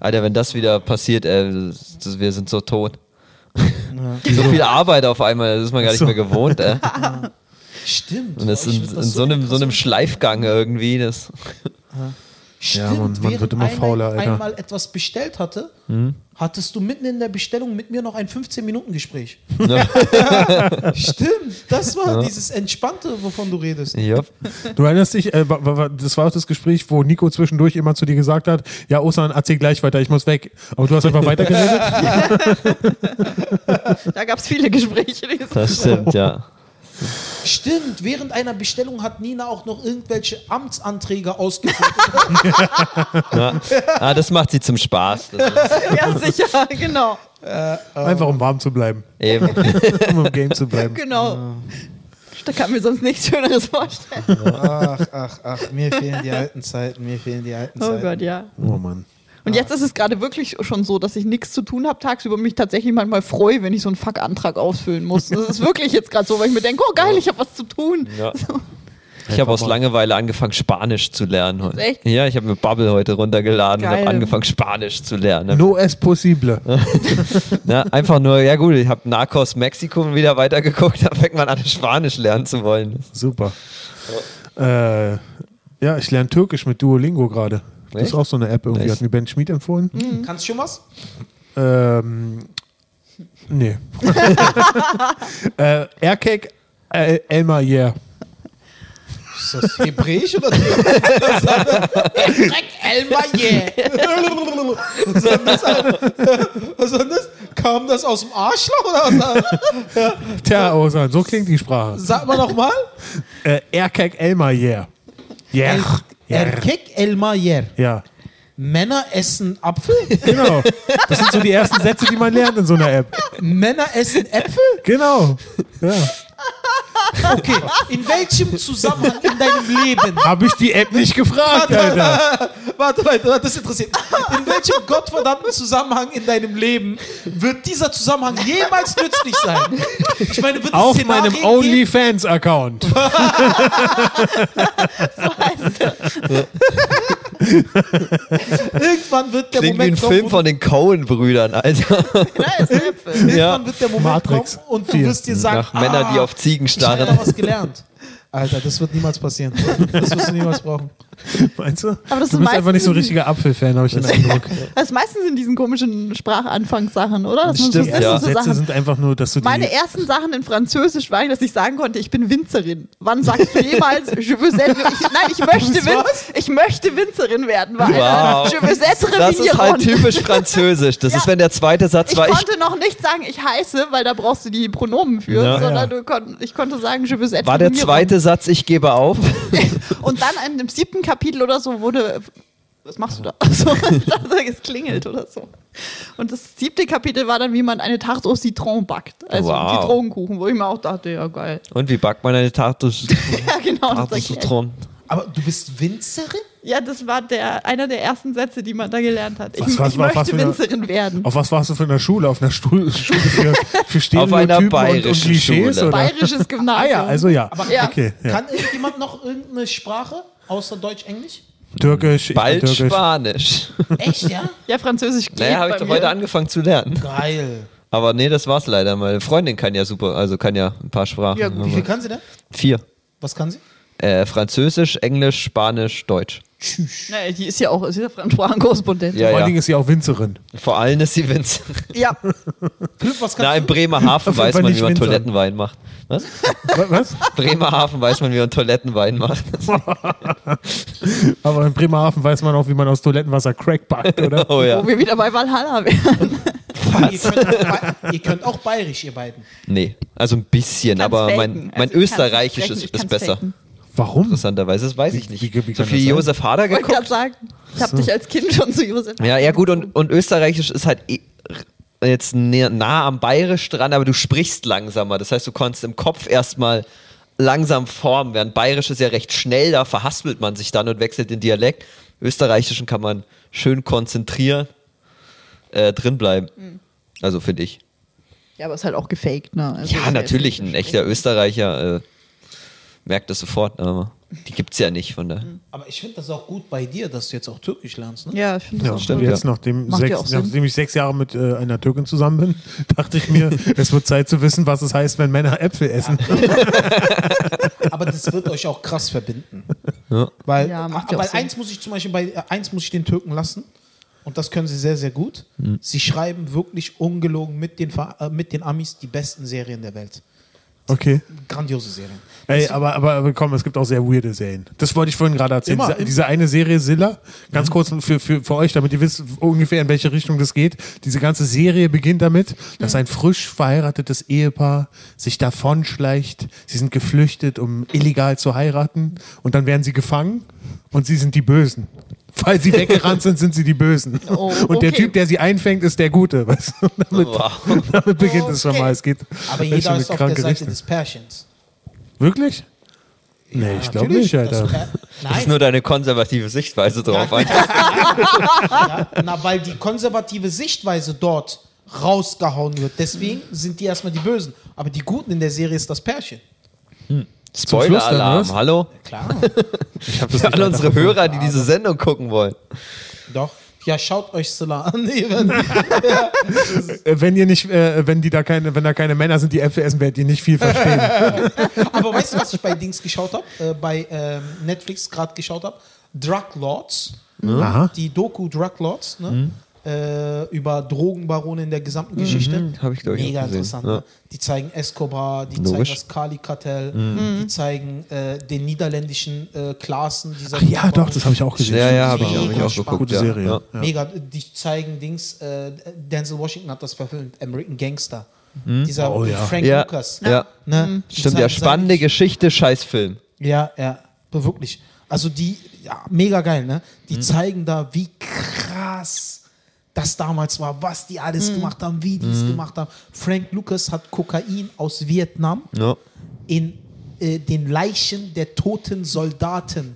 Alter, wenn das wieder passiert, äh, das, das, wir sind so tot. so viel Arbeit auf einmal, das ist man gar nicht mehr gewohnt. Äh.
Stimmt.
Und das
Ich
in,
find
in
das
so einem, so einem Schleifgang irgendwie. Das,
Stimmt,
man- man
während
wird immer
einer
fauler, Alter. Hm?
einmal etwas bestellt hatte, hattest du mitten in der Bestellung mit mir noch ein
<laughs>
15-Minuten-Gespräch. Stimmt, das war dieses Entspannte, wovon du redest.
<laughs> ja.
Du erinnerst dich, äh, wa- wa- wa- das war auch das Gespräch, wo Nico zwischendurch immer zu dir gesagt hat, ja, Osan, erzähl gleich weiter, ich muss weg. Aber du hast einfach <laughs> weitergeredet.
Da gab es viele Gespräche. die so-
Das stimmt, ja.
Stimmt, während einer Bestellung hat Nina auch noch irgendwelche Amtsanträge ausgefüllt.
Ah, das macht sie zum Spaß. Das ist <laughs>
Ja, sicher, genau.
Einfach um warm zu bleiben,
eben.
<laughs> um im Game zu bleiben.
Genau. Da kann mir sonst nichts Schöneres vorstellen.
ach, ach, ach, mir fehlen die alten Zeiten, mir fehlen die alten
Oh Gott, ja.
<laughs> Oh Mann.
Und jetzt ist es gerade wirklich schon so, dass ich nichts zu tun habe tagsüber und mich tatsächlich manchmal freue, wenn ich so einen Fuck-Antrag ausfüllen muss. Das ist wirklich jetzt gerade so, weil ich mir denke, oh geil, ich habe was zu tun.
Ja. Ich habe aus Langeweile angefangen, Spanisch zu lernen heute.
Echt?
Ja, ich habe mir Bubble heute runtergeladen und
Geil.
habe angefangen, Spanisch zu lernen.
No es possible.
Na, einfach nur, ja gut, ich habe Narcos Mexiko wieder weitergeguckt, <laughs> da fängt man an, Spanisch lernen zu wollen.
Super. Äh, ja, ich lerne Türkisch mit Duolingo gerade. Das ist
Echt?
auch so eine App irgendwie,
Echt?
hat mir Ben Schmid empfohlen.
Kannst du schon was?
Ähm, nee. äh, Erkek äh, Elmar, yeah.
Ist das Hebräisch
<laughs>
oder Dreck Elmaye. Was soll das? Was soll das? Kam das aus dem Arschloch oder was?
Tja, Osan, so klingt die Sprache.
Sag mal nochmal.
Äh, Erkek Elmar, yeah. Yeah. yeah.
Erkek Elmayer.
Ja,
Männer essen Apfel?
genau. Das sind so die ersten Sätze, die man lernt in so einer App.
Männer essen Äpfel?
Genau. Ja.
Okay. In welchem Zusammenhang in deinem Leben?
Habe ich die App nicht gefragt, Alter.
Warte, Leute, warte, das interessiert. mich. In welchem gottverdammten Zusammenhang in deinem Leben wird dieser Zusammenhang jemals nützlich sein? Ich meine, wird es
Auf
Szenarien
meinem
geben-
OnlyFans-Account.
Irgendwann wird der
Klingt wie ein
Moment
Film
kommen, wo
von den Cohen-Brüdern, Alter.
Nice,
<laughs>
Äpfel.
Irgendwann
Ja.
wird der Moment
Matrix.
kommen und du
Vier.
wirst dir sagen, ah,
Nach Ah. Männer, die auf Ziegen
ich hab da
starren.
was gelernt. Alter, das wird niemals passieren. Das wirst du niemals brauchen.
Meinst du?
Aber das
du
sind
bist einfach nicht so
meistens-
ein richtiger Apfelfan, habe ich den Eindruck.
Das ist meistens in diesen komischen Sprachanfangssachen, oder? Dass man
Stimmt,
so, das
Die
ja.
sind so
Sätze
Sachen.
sind einfach nur, dass du die...
Meine ersten Sachen in Französisch waren, dass ich sagen konnte, ich bin Winzerin. Wann sagst du
<laughs>
jemals, je veux être, ich, nein, ich möchte, Win, ich möchte Winzerin werden, weil
Wow.
je veux être
Das ist
vigneronne.
halt typisch französisch. Das
Ja.
ist, wenn der zweite Satz
Ich
war, ich
konnte noch nicht sagen, ich heiße, weil da brauchst du die Pronomen für,
Ja.
sondern
Ja.
du kon ich konnte sagen, je veux être
war der
vigneronne.
zweite Satz, ich gebe <laughs> auf.
Und dann in dem siebten Kapitel oder so wurde. Was machst du da? So, es klingelt oder so. Und das siebte Kapitel war dann, wie man eine Tarte au Citron backt. Also
Wow.
Zitronenkuchen, wo ich mir auch dachte, ja geil. <laughs>
Und wie backt man eine Tarte?
Ja, genau. das sag ich echt.
Tarte
Aber du bist Winzerin?
Ja, das war der, einer der ersten Sätze, die man da gelernt hat.
Was-
ich
was-
ich
was- was
möchte
für eine-
Winzerin werden.
Auf was warst du für eine Schule? Auf einer Stu- <laughs> Schule für, für Stereotypen
einer
und, und
bayerischen
Klischees?
Schule.
Oder?
Bayerisches
ah
Gymnasium.
ja, also ja.
Aber
Ja.
Okay, ja.
kann irgendjemand noch irgendeine Sprache außer Deutsch, Englisch?
Türkisch, ich
Bald
bin Türkisch.
Spanisch.
Echt, ja?
ja, Französisch geht
Naja, habe ich
bei
doch
mir.
heute angefangen zu lernen.
Geil.
Aber nee, das war's leider. Meine Freundin kann ja super, also kann ja ein paar Sprachen.
Ja, gut. Wie
Aber
viel kann sie denn?
Vier.
Was kann sie?
Äh, Französisch, Englisch, Spanisch, Deutsch.
Tschüss.
Naja, die ist ja auch, ist ja Fremdsprachenkorrespondentin.
Ja,
Vor allen
ja.
Dingen ist sie auch Winzerin.
Vor allem ist
<laughs>
sie Winzerin.
ja.
Philipp, was
Na,
kannst
in
du?
Bremerhaven
Auf jeden
weiß
Fall
man, wie
nicht
man
Winzer.
Toilettenwein macht. Was?
Wa- Was?
Bremerhaven weiß man, wie man Toilettenwein
<laughs>
macht.
Aber in Bremerhaven weiß man auch, wie man aus Toilettenwasser Crack packt, oder?
<laughs> Oh ja.
Wo wir wieder bei Valhalla
<laughs>
wären.
Ihr könnt, auch, Ba- ihr könnt auch bayerisch, ihr beiden.
Nee, also ein bisschen,
Kann's
aber
faken.
mein, mein
Also ich kann's
Österreichisch
faken,
ist,
ich
ist
kann's
besser.
faken.
Warum?
Interessanterweise, das weiß
Wie-
ich nicht.
wie- wie kann
so
das
viel
sein?
Josef Hader
Wollte
geguckt.
gerade sagen. Ich habe dich als Kind schon zu Josef.
Ja, ja, gut, und, und Österreichisch ist halt eh jetzt nä- nah am Bayerisch dran, aber du sprichst langsamer. Das heißt, du konntest im Kopf erstmal langsam formen, während Bayerisch ist ja recht schnell, da verhaspelt man sich dann und wechselt den Dialekt. Österreichischen kann man schön konzentrieren äh, drinbleiben. Also finde ich.
Ja, aber ist halt auch gefaked, ne? Also
Ja,
ist
natürlich,
jetzt
ein
nicht
echter Österreicher äh, merkt das sofort, aber die gibt's ja nicht von daher.
Aber ich finde das auch gut bei dir, dass du jetzt auch Türkisch lernst. Ne?
Ja, ich finde
Ja,
das
stimmt,
auch
jetzt nachdem,
Macht ja auch
sechs,
Sinn.
nachdem ich sechs Jahre mit äh, einer Türkin zusammen bin, <laughs> dachte ich mir, es wird Zeit zu wissen, was es heißt, wenn Männer Äpfel essen.
Aber das wird euch auch krass verbinden. Weil, ah,
Ja, macht ja auch
weil
Sinn.
eins muss ich zum Beispiel bei äh, eins muss ich den Türken lassen. Und das können sie sehr, sehr gut. Sie schreiben wirklich ungelogen mit den, Ver- äh, mit den Amis die besten Serien der Welt.
Okay.
Grandiose Serien.
Ey, aber, aber, aber komm, es gibt auch sehr weirde Serien. Das wollte ich vorhin gerade erzählen.
Immer, Mhm.
diese,
immer.
diese eine Serie Silla, ganz kurz für, für, für euch, damit ihr wisst ungefähr, in welche Richtung das geht. Diese ganze Serie beginnt damit, dass ein frisch verheiratetes Ehepaar sich davonschleicht. Sie sind geflüchtet, um illegal zu heiraten. Und dann werden sie gefangen und sie sind die Bösen. Weil sie weggerannt sind, sind sie die Bösen.
Oh,
Und der
okay.
Typ, der sie einfängt, ist der Gute. Weißt du? Und damit,
Wow.
damit beginnt es schon
Okay.
mal. Es geht
Aber
in
jeder
eine
ist auf der
kranke
Seite
Richtung.
des Pärchens.
Wirklich? Nee, ich glaube
Natürlich,
nicht, Alter.
das Pär-
Das ist
Nein,
nur deine konservative Sichtweise drauf.
Ja.
Alter.
ja, na, weil die konservative Sichtweise dort rausgehauen wird. Deswegen sind die erstmal die Bösen. Aber die Guten in der Serie ist das Pärchen.
Schluss
Spoiler-Alarm,
dann, was?
hallo?
Klar,
<laughs> Für alle unsere Hörer, die diese Sendung gucken wollen.
doch. Ja, schaut euch Silla an. <laughs> ihr werdet-
Äh, Wenn ihr nicht, äh, wenn die da keine, wenn da keine Männer sind, die Äpfel essen, werdet ihr nicht <laughs> viel verstehen.
Aber weißt du, was ich bei Dings geschaut habe? Äh, bei ähm, Netflix gerade geschaut habe? Drug Lords.
Ne?
Ne?
Aha.
Die Doku Drug Lords. Ne?
Mhm.
Äh, über Drogenbarone in der gesamten Geschichte.
Habe Mhm. ich, glaube ich,
Mega
auch gesehen.
interessant.
Ja.
Ne? Die zeigen Escobar, die
Logisch. Mhm.
zeigen das Kali-Kartell, die zeigen äh, den niederländischen äh, Klassen dieser
Ach ja, doch, das habe ich auch gesehen.
Ja, ja, habe ich,
Mega
hab ich auch
spannend.
geguckt.
Gute
ja.
Serie.
Ja.
Ja.
Mega, die zeigen Dings, äh, Denzel Washington hat das verfilmt, American Gangster. Dieser
Oh, ja.
Frank
Mhm. Ja.
Lucas.
Ja.
Ne? Die
Stimmt,
zeigen
ja,
seine-
spannende Geschichte, Scheißfilm.
Ja, ja, wirklich. Also die, ja, mega geil, ne? Die zeigen da, wie krass das damals war, was die alles gemacht haben, wie die es gemacht haben. Frank Lucas hat Kokain aus Vietnam
Ja.
in äh, den Leichen der toten Soldaten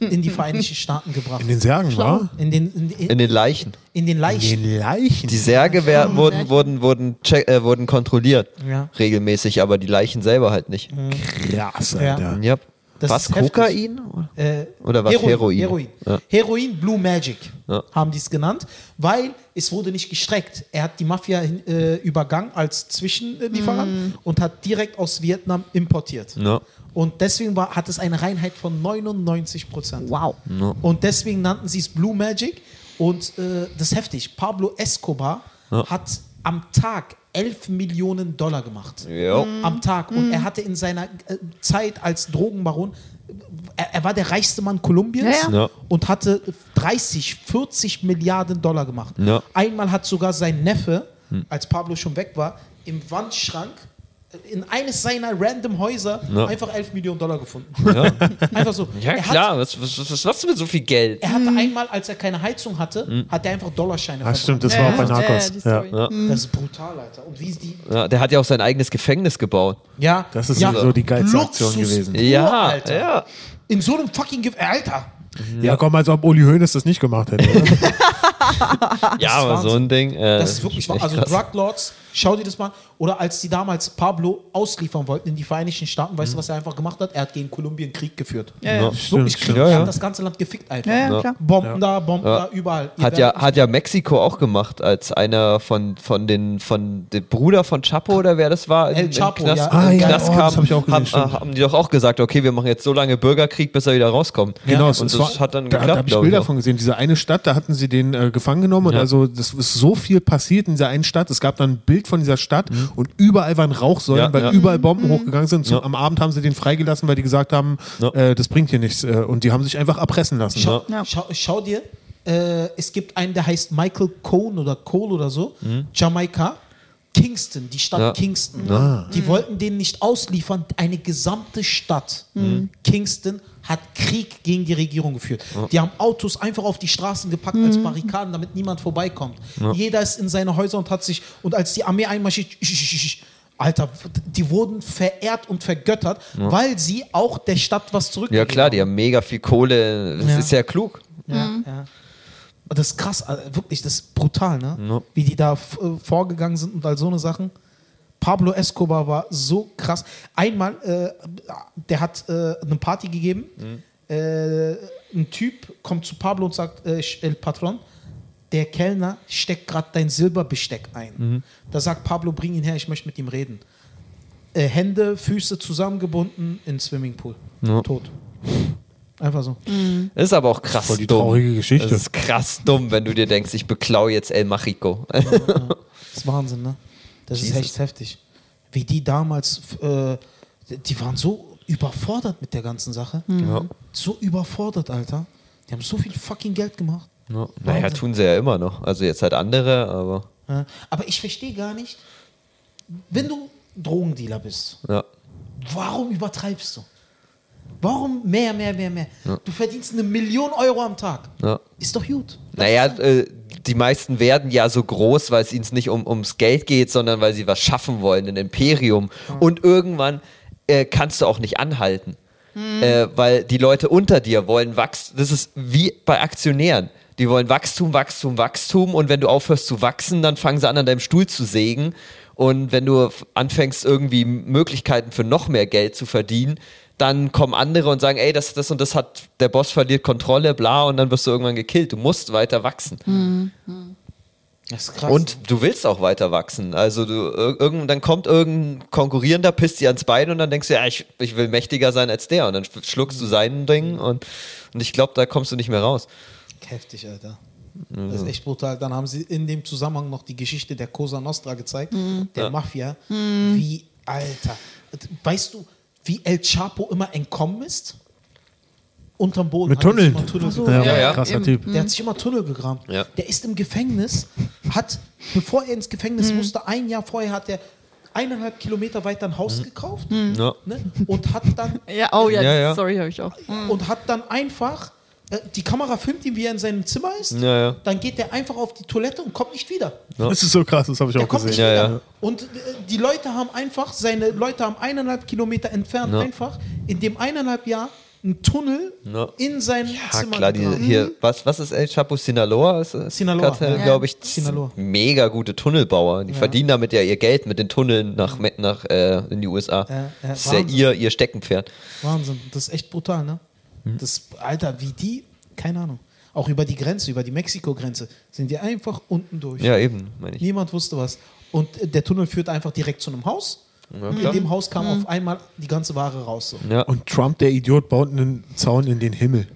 in die Vereinigten Staaten gebracht.
In den Särgen, war?
In den, in,
In den Leichen.
in den Leichen.
In den Leichen.
Die Särge wer- wurden, wurden, wurden, check, äh, wurden kontrolliert.
Ja.
Regelmäßig, aber die Leichen selber halt nicht. Mhm,
Krass,
Ja.
Alter.
Ja.
Das
Was?
ist heftig.
Kokain?
Äh,
Oder was? Heroin.
Heroin.
Ja.
Heroin, Blue Magic
Ja.
haben die es genannt, weil es wurde nicht gestreckt. Er hat die Mafia hin- äh, übergangen als Zwischenlieferant und hat direkt aus Vietnam importiert.
Ja.
Und deswegen war, hat es eine Reinheit von 99 Prozent.
Wow.
Und deswegen nannten sie es Blue Magic. Und äh, das ist heftig. Pablo Escobar hat am Tag 11 Millionen Dollar gemacht.
Jo.
Mhm.
Am Tag. Und er hatte in seiner äh, Zeit als Drogenbaron, er, er war der reichste Mann Kolumbiens
Ja,
ja. Ja.
und hatte 30, 40 Milliarden Dollar gemacht.
Ja.
Einmal hat sogar sein Neffe,
Hm.
als Pablo schon weg war, im Wandschrank äh, in eines seiner random Häuser
Ja.
einfach 11 Millionen Dollar gefunden.
Ja.
<laughs> Einfach so.
ja,
Er hat-
klar. Was, was, was, was machst du mit so viel Geld?
er hatte
Hm.
einmal, als er keine Heizung hatte, hat er einfach Dollarscheine
Ah,
verbrannt.
Hm. stimmt, das war auch bei
Ja,
Narcos.
ja, die
Ja,
Story.
Ja.
Das ist brutal, Alter. Und wie ist die.
Ja, der hat ja auch sein eigenes Gefängnis gebaut.
Ja,
Das ist
ja,
sowieso die geilste Aktion
Luxus
gewesen.
Pur,
Ja,
Alter.
ja.
In so einem fucking. Ge Alter.
Ja, komm, als ob Uli Hoeneß das nicht gemacht hätte. Oder?
Ja,
Ah, ist
aber so
Wahnsinn.
ein Ding. Äh,
Das ist wirklich wahr.
echt
Also
krass.
Druglords, schau dir das mal. an. Oder als die damals Pablo ausliefern wollten in die Vereinigten Staaten, weißt du, was er einfach gemacht hat? Er hat gegen Kolumbien Krieg geführt.
Ja,
Ne?
ja.
Wirklich Krieg.
Mhm. stimmt. Ja,
Er
ja.
hat das ganze Land gefickt einfach.
Ja, ja,
Ja.
klar.
Bomben da, Bomben
Ja.
da, überall. Ihr
Hat ja,
werdet-
hat ja Mexiko auch gemacht, als einer von, von den von dem Bruder von Chapo oder wer das war, in,
El
in
Chapo,
Knast,
ja.
Ah,
in
ja,
Knast
oh,
kam,
das hab ich auch gesehen,
haben,
stimmt.
haben die doch auch gesagt, okay, wir machen jetzt so lange Bürgerkrieg, bis er wieder rauskommt.
Genau,
und das hat dann
da, Da
geklappt,
habe ich
glaube ich.
Bilder
auch.
von gesehen. Diese eine Stadt, da hatten sie den äh, gefangen genommen und
Ja.
also das ist so viel passiert in dieser einen Stadt. Es gab dann ein Bild von dieser Stadt und überall waren Rauchsäulen,
Mhm. Ja,
weil
ja.
überall
Mhm.
Bomben hochgegangen sind. Zum-
Ja.
Am Abend haben sie den freigelassen, weil die gesagt haben,
Ja.
äh, das bringt hier nichts. Äh, und die haben sich einfach erpressen lassen. ne?
Schau,
Ja.
schau, schau dir, äh, es gibt einen, der heißt Michael Cohn oder Cole oder so, Jamaika. Kingston, die Stadt
Mhm. Ja.
Kingston.
Ja.
Die wollten den nicht ausliefern. Eine gesamte Stadt,
Mhm.
Kingston, hat Krieg gegen die Regierung geführt. Die haben Autos einfach auf die Straßen gepackt als Barrikaden, damit niemand vorbeikommt. Jeder ist in seine Häuser und hat sich, und als die Armee einmarschiert, Alter, die wurden verehrt und vergöttert, weil sie auch der Stadt was zurückgegeben
Ja klar, die haben mega viel Kohle. Das
Ja.
ist ja klug.
ja, ja. Und Das ist krass, also wirklich, das ist brutal, ne?
Ja.
Wie die da f- äh, vorgegangen sind und all so eine Sachen. Pablo Escobar war so krass. Einmal, äh, der hat äh, eine Party gegeben.
Mhm.
Äh, ein Typ kommt zu Pablo und sagt, äh, El Patron, der Kellner steckt gerade dein Silberbesteck ein.
Mhm.
Da sagt Pablo, bring ihn her, ich möchte mit ihm reden. Äh, Hände, Füße zusammengebunden in den Swimmingpool.
Ja.
Tot. Einfach so.
Das ist aber auch krass
Voll die
dumm.
traurige Geschichte.
Das ist krass dumm, wenn du dir denkst, ich beklau jetzt El Machico. <laughs>
Das ist Wahnsinn, ne? Das ist
Jesus.
echt heftig. Wie die damals, f- äh, die waren so überfordert mit der ganzen Sache.
Ja.
So überfordert, Alter. Die haben so viel fucking Geld gemacht.
Ja. Naja, tun sie ja immer noch. Also jetzt halt andere, aber
Ja. Aber ich verstehe gar nicht, wenn du Drogendealer bist,
ja.
warum übertreibst du? Warum mehr, mehr, mehr, mehr? Du verdienst eine Million Euro am Tag.
ja.
Ist doch gut.
Naja, äh, die meisten werden ja so groß, weil es ihnen nicht um, ums Geld geht, sondern weil sie was schaffen wollen, ein Imperium. Und irgendwann äh, kannst du auch nicht anhalten, äh, weil die Leute unter dir wollen Wachstum. Das ist wie bei Aktionären. Die wollen Wachstum, Wachstum, Wachstum. Und wenn du aufhörst zu wachsen, dann fangen sie an, an deinem Stuhl zu sägen. Und wenn du f- anfängst, irgendwie Möglichkeiten für noch mehr Geld zu verdienen, dann kommen andere und sagen, ey, das, das und das hat, der Boss verliert Kontrolle, bla, und dann wirst du irgendwann gekillt. Du musst weiter wachsen.
Das ist krass.
Und du willst auch weiter wachsen. Also du, ir- irgend, dann kommt irgendein Konkurrierender, pisst dir ans Bein und dann denkst du, ja, ich, ich will mächtiger sein als der. Und dann sch- schluckst du seinen Ding und, und ich glaube, da kommst du nicht mehr raus.
Heftig, Alter. Das ist echt brutal. Dann haben sie in dem Zusammenhang noch die Geschichte der Cosa Nostra gezeigt, der Mafia. Wie, Alter. Weißt du, wie El Chapo immer entkommen ist? Unterm Boden.
Mit
hat er sich
Tunneln.
immer Tunnel
so,
gegraben.
Ja, ja.
Krasser
Eben.
Typ.
Der hat sich immer Tunnel gegraben.
Ja.
Der ist im Gefängnis, hat, bevor er ins Gefängnis musste, ein Jahr vorher hat er eineinhalb Kilometer weiter ein Haus gekauft
Ja.
ne, und hat dann
Ja, oh ja,
Ja, ja.
sorry, habe ich auch.
Mhm. und hat dann einfach äh, die Kamera filmt ihn, wie er in seinem Zimmer ist.
Ja, ja.
Dann geht er einfach auf die Toilette und kommt nicht wieder.
Das ist so krass, das habe ich
Der
auch
kommt nicht
gesehen.
Ja,
wieder.
ja.
Und äh, die Leute haben einfach, seine Leute haben eineinhalb Kilometer entfernt
Ja.
einfach in dem eineinhalb Jahr einen Tunnel
Ja.
in sein
Ja,
Zimmer.
klar, diese
gegraben.
hier, was, was ist El Chapo? Sinaloa? Ist, ist
Sinaloa,
Kartell,
ja.
glaube ich.
Sinaloa.
Mega gute Tunnelbauer. Die verdienen damit ja ihr Geld mit den Tunneln nach, Me- nach äh, in die USA.
Ja, ja,
das ist ja
Wahnsinn.
ihr, ihr Steckenpferd.
Wahnsinn, das ist echt brutal, ne?
Mhm.
Das, Alter, wie die, keine Ahnung. Auch über die Grenze, über die Mexiko-Grenze, sind die einfach unten durch.
Ja, eben, meine ich.
Niemand wusste was. Und äh, der Tunnel führt einfach direkt zu einem Haus.
Ja,
In
klar.
dem Haus kam auf einmal die ganze Ware raus. So.
Ja.
Und Trump, der Idiot, baut einen Zaun in den
<laughs>
Himmel.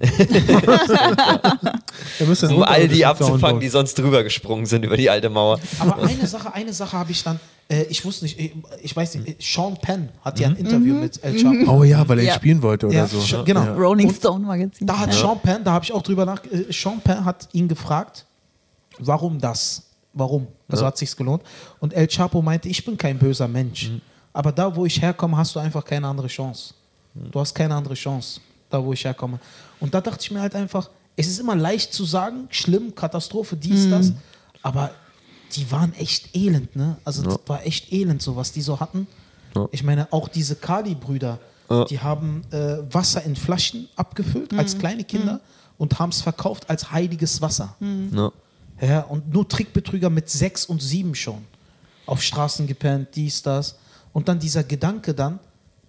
Er müsste einen
um all die
unterirdischen Zaun
abzufangen,
bauen.
die sonst drüber gesprungen sind über die alte Mauer.
Aber eine Sache, eine Sache habe ich dann, äh, ich wusste nicht, ich, ich weiß
Mhm.
nicht, äh, Sean Penn hat ja ein Interview mit El Chapo.
Oh ja, weil er
Ja.
ihn spielen wollte oder
Ja,
so.
schon- genau.
Ja.
Rolling
Und
Stone Magazin.
Da hat
ja.
Sean Penn, da habe ich auch drüber nach, äh, Sean Penn hat ihn gefragt, warum das? Warum? Also hat sich's gelohnt. Und El Chapo meinte, ich bin kein böser Mensch. Aber da, wo ich herkomme, hast du einfach keine andere Chance. Du hast keine andere Chance, da, wo ich herkomme. Und da dachte ich mir halt einfach, es ist immer leicht zu sagen, schlimm, Katastrophe, dies, das. Aber die waren echt elend, ne? Also das war echt elend, so was die so hatten. Ich meine, auch diese Kali-Brüder, die haben äh, Wasser in Flaschen abgefüllt als kleine Kinder und haben es verkauft als heiliges Wasser.
Ne?
Ja, und nur Trickbetrüger mit sechs und sieben schon. Auf Straßen gepennt, dies, das. Und dann dieser Gedanke dann,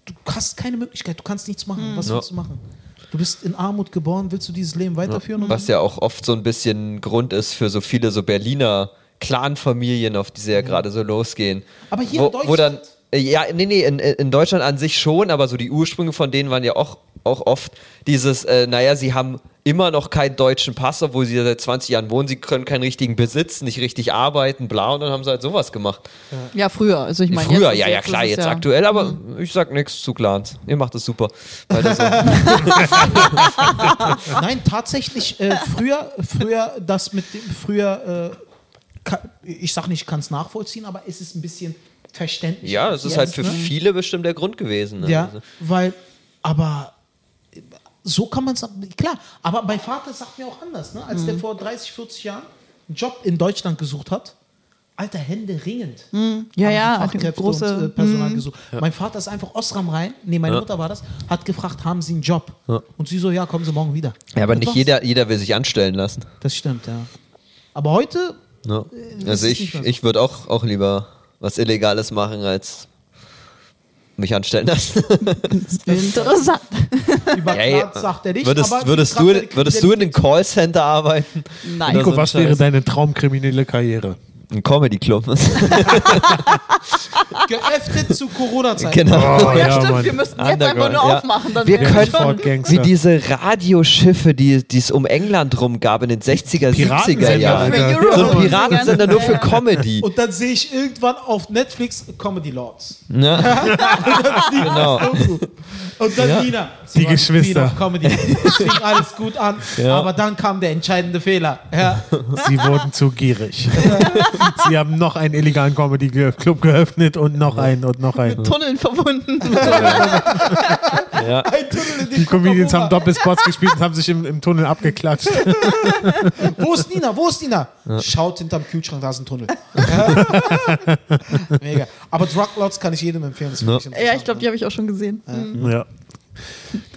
du hast keine Möglichkeit, du kannst nichts machen. Was
Hm. Ja.
willst du machen? Du bist in Armut geboren, willst du dieses Leben
Mhm.
weiterführen?
Was ja auch oft so ein bisschen Grund ist für so viele so Berliner Clanfamilien, auf die sie
Mhm.
ja gerade so losgehen.
Aber hier
wo,
in
Wo dann,
Deutschland?
äh, ja, nee, nee, in, in Deutschland an sich schon, aber so die Ursprünge von denen waren ja auch, auch oft dieses, äh, naja, sie haben immer noch keinen deutschen Pass, obwohl sie ja seit 20 Jahren wohnen, sie können keinen richtigen Besitz, nicht richtig arbeiten, bla, und dann haben sie halt sowas gemacht.
Ja, früher. Also ich meine,
Früher,
jetzt ist
ja,
es-
ja,
ist
klar,
es
jetzt
ja- Mhm.
aktuell, aber ich sag nichts zu Clans. Ihr macht es super.
<laughs>
Weiter so.
Nein, tatsächlich
<laughs>
äh, früher, früher das mit dem, früher, äh, ka- ich sag nicht, kann es nachvollziehen, aber es ist ein bisschen verständlich.
ja, das ist
Jetzt,
halt für
ne?
viele bestimmt der Grund gewesen. Ne?
Ja,
Also-
weil, aber so kann man es, klar, aber mein Vater sagt mir auch anders, ne? als der
Mhm.
vor 30, 40 Jahren einen Job in Deutschland gesucht hat, alter, Hände ringend.
Mhm. Ja,
haben
ja,
die
die
Fachkräfte
große- Hm, Mhm.
und, äh, Personal gesucht. Mein Vater ist einfach Osram rein, nee, meine Mutter war das, hat gefragt, haben Sie einen Job? Und sie so, ja, kommen Sie morgen wieder.
Ja, aber
Und
nicht
was?
jeder, jeder will sich anstellen lassen.
Das stimmt, ja. Aber heute,
Ne?
das
Also
ist nicht
ich,
was.
ich würde auch, auch lieber was Illegales machen, als mich anstellen lassen.
Interessant.
über
<laughs> Ja, ja.
Platz sagt er nicht,
würdest,
aber
würdest, du, in- würdest du in einem Callcenter arbeiten?
Nein.
Oder
Nico,
so
was
ein
wäre
Scheiß.
deine
<laughs>
traumkriminelle Karriere?
Ein Comedy-Club.
geöffnet zu Corona-Zeiten.
<laughs> <laughs> genau.
Oh,
ja,
ja,
stimmt,
Mann.
wir müssen jetzt
Underground,
einfach nur
ja.
aufmachen. Dann
Wir
wäre
können-
schon-
Fort Gangster.
Wie diese Radioschiffe, die die es um England rum gab in den 60er, 70er
Piratensender,
Jahren.
Alter.
Für
So
Europe.
ein Piratensender nur für
Ja.
Comedy.
Und dann sehe ich irgendwann auf Netflix Comedy Lords. <laughs>
Ne? genau.
Und dann Nina. Sie
Die
war
Geschwister.
Queen of Comedy. Es fing alles gut an. Aber dann kam der entscheidende Fehler. Ja.
Sie wurden
<laughs>
zu gierig. Sie haben noch einen illegalen Comedy-Club geöffnet und noch einen und noch einen.
Tunneln verbunden. <laughs>
Ja.
Ein Tunnel in den
Die Comedians haben
Coca-Cola.
Doppelspots gespielt und haben sich im, im Tunnel abgeklatscht.
Wo ist Nina? Wo ist Nina? Schaut hinterm Kühlschrank, da ist ein Tunnel. Mega. Aber Drug Lords kann ich jedem empfehlen. Das
Ja.
no.
ja, ich glaube, die habe ich auch schon gesehen.
<laughs> Ja.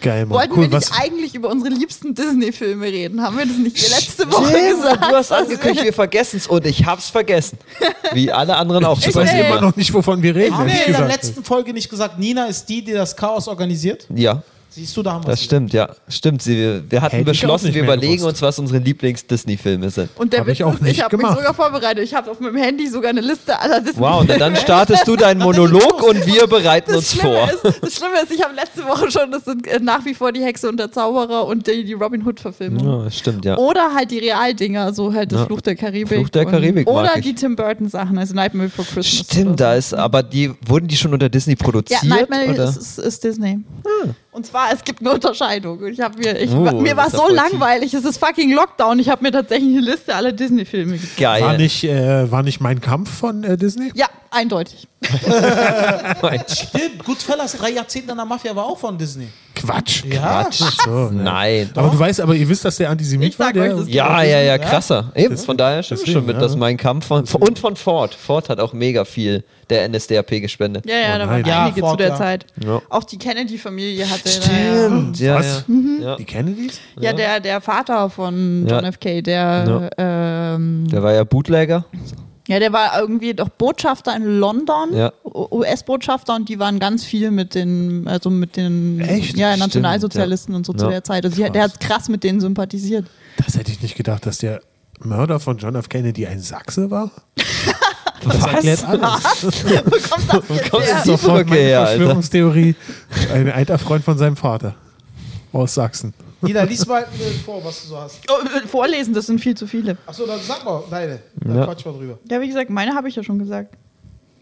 Geil, Mann.
Wollten
Cool,
wir
was,
nicht eigentlich über unsere liebsten Disney-Filme reden? Haben wir das nicht letzte Woche
Tim,
gesagt?
du hast
dass
angekündigt, wir vergessen es und ich hab's vergessen. Wie alle anderen auch.
ich weiß
Ey.
immer noch nicht, wovon wir reden.
Haben
ehrlich
wir in der
gesagt.
letzten Folge nicht gesagt, Nina ist die, die das Chaos organisiert?
Ja,
Siehst du, da haben wir
das stimmt, ja. Stimmt, sie, wir- wir hatten
Hätte ich auch
beschlossen,
nicht
wir
mehr
überlegen
gewusst.
uns, was unsere Lieblings-Disney-Filme sind.
Und der
Hab
Witz
ich auch
ist,
nicht
ich habe mich
gemacht.
sogar vorbereitet. Ich habe auf meinem Handy sogar eine Liste aller Disney.
Wow, und
<laughs>
dann startest du
<laughs>
deinen Monolog und wir bereiten uns vor.
Ist, das Schlimme ist, ich habe letzte Woche schon, das sind äh, nach wie vor die Hexe und der Zauberer und die, die Robin Hood-Verfilmung.
Ja, stimmt,
oh,
ja.
Oder halt die Realdinger, so halt das
Ja.
Fluch der Karibik.
Fluch der Karibik
Und,
mag
oder
ich.
die Tim Burton-Sachen, also Nightmare Before Christmas.
Stimmt, da
oder
ist, aber die wurden die schon unter Disney
so.
produziert?
Ja, Nightmare
oder? Ah.
ist, ist, ist Disney. Und zwar, es gibt eine Unterscheidung. Und Ich hab mir ich,
Oh,
mir war
das ist
so
ja voll
langweilig, es ist fucking Lockdown. Ich habe mir tatsächlich eine Liste aller Disney-Filme gegeben.
War
Geil.
nicht, äh, war nicht mein Kampf von äh, Disney?
Ja, eindeutig.
Stimmt, Goodfellas drei Jahrzehnte an der Mafia war auch von Disney.
Quatsch.
Ja.
Quatsch. So, ne.
Nein.
Aber du weißt, aber ihr wisst, dass der Antisemit
Ich
war,
sag
der
euch das-
Ja, ja, ja, krasser. Eben,
Das-
von daher stimmt es
deswegen,
schon mit,
ja.
dass mein Kampf von, und von Ford. Ford hat auch mega viel der NSDAP gespendet.
Ja, ja, da
nein.
waren
Ja,
einige zu
Ford,
der
ja.
Zeit.
Oh Ja.
Auch die Kennedy-Familie hatte da ja-
Stimmt, ja.
Was?
ja. ja.
die Kennedys?
Ja, der, der Vater von
Ja.
John F. K., der, ähm,
Der war ja Bootlegger.
ja, der war irgendwie doch Botschafter in London,
Ja.
U- US-Botschafter, und die waren ganz viel mit den, also mit den
Echt?
Ja,
Stimmt,
Nationalsozialisten und so zu
Ja.
der Zeit. Also die, der hat krass mit denen sympathisiert.
Das hätte ich nicht gedacht, dass der Mörder von John F. Kennedy ein Sachse war. Das erklärt alles.
<laughs> Wo kommt das jetzt
Kommst
her?
du so
Sofort meine
her, Alter?
Verschwörungstheorie. Ein alter Freund von seinem Vater aus Sachsen.
Nina, lies mal <laughs> äh, vor, was du so hast.
Oh, vorlesen, das sind viel zu viele.
Achso, dann sag mal deine. Dann
Ja.
quatsch mal drüber.
Ja, wie gesagt, meine habe ich ja schon gesagt.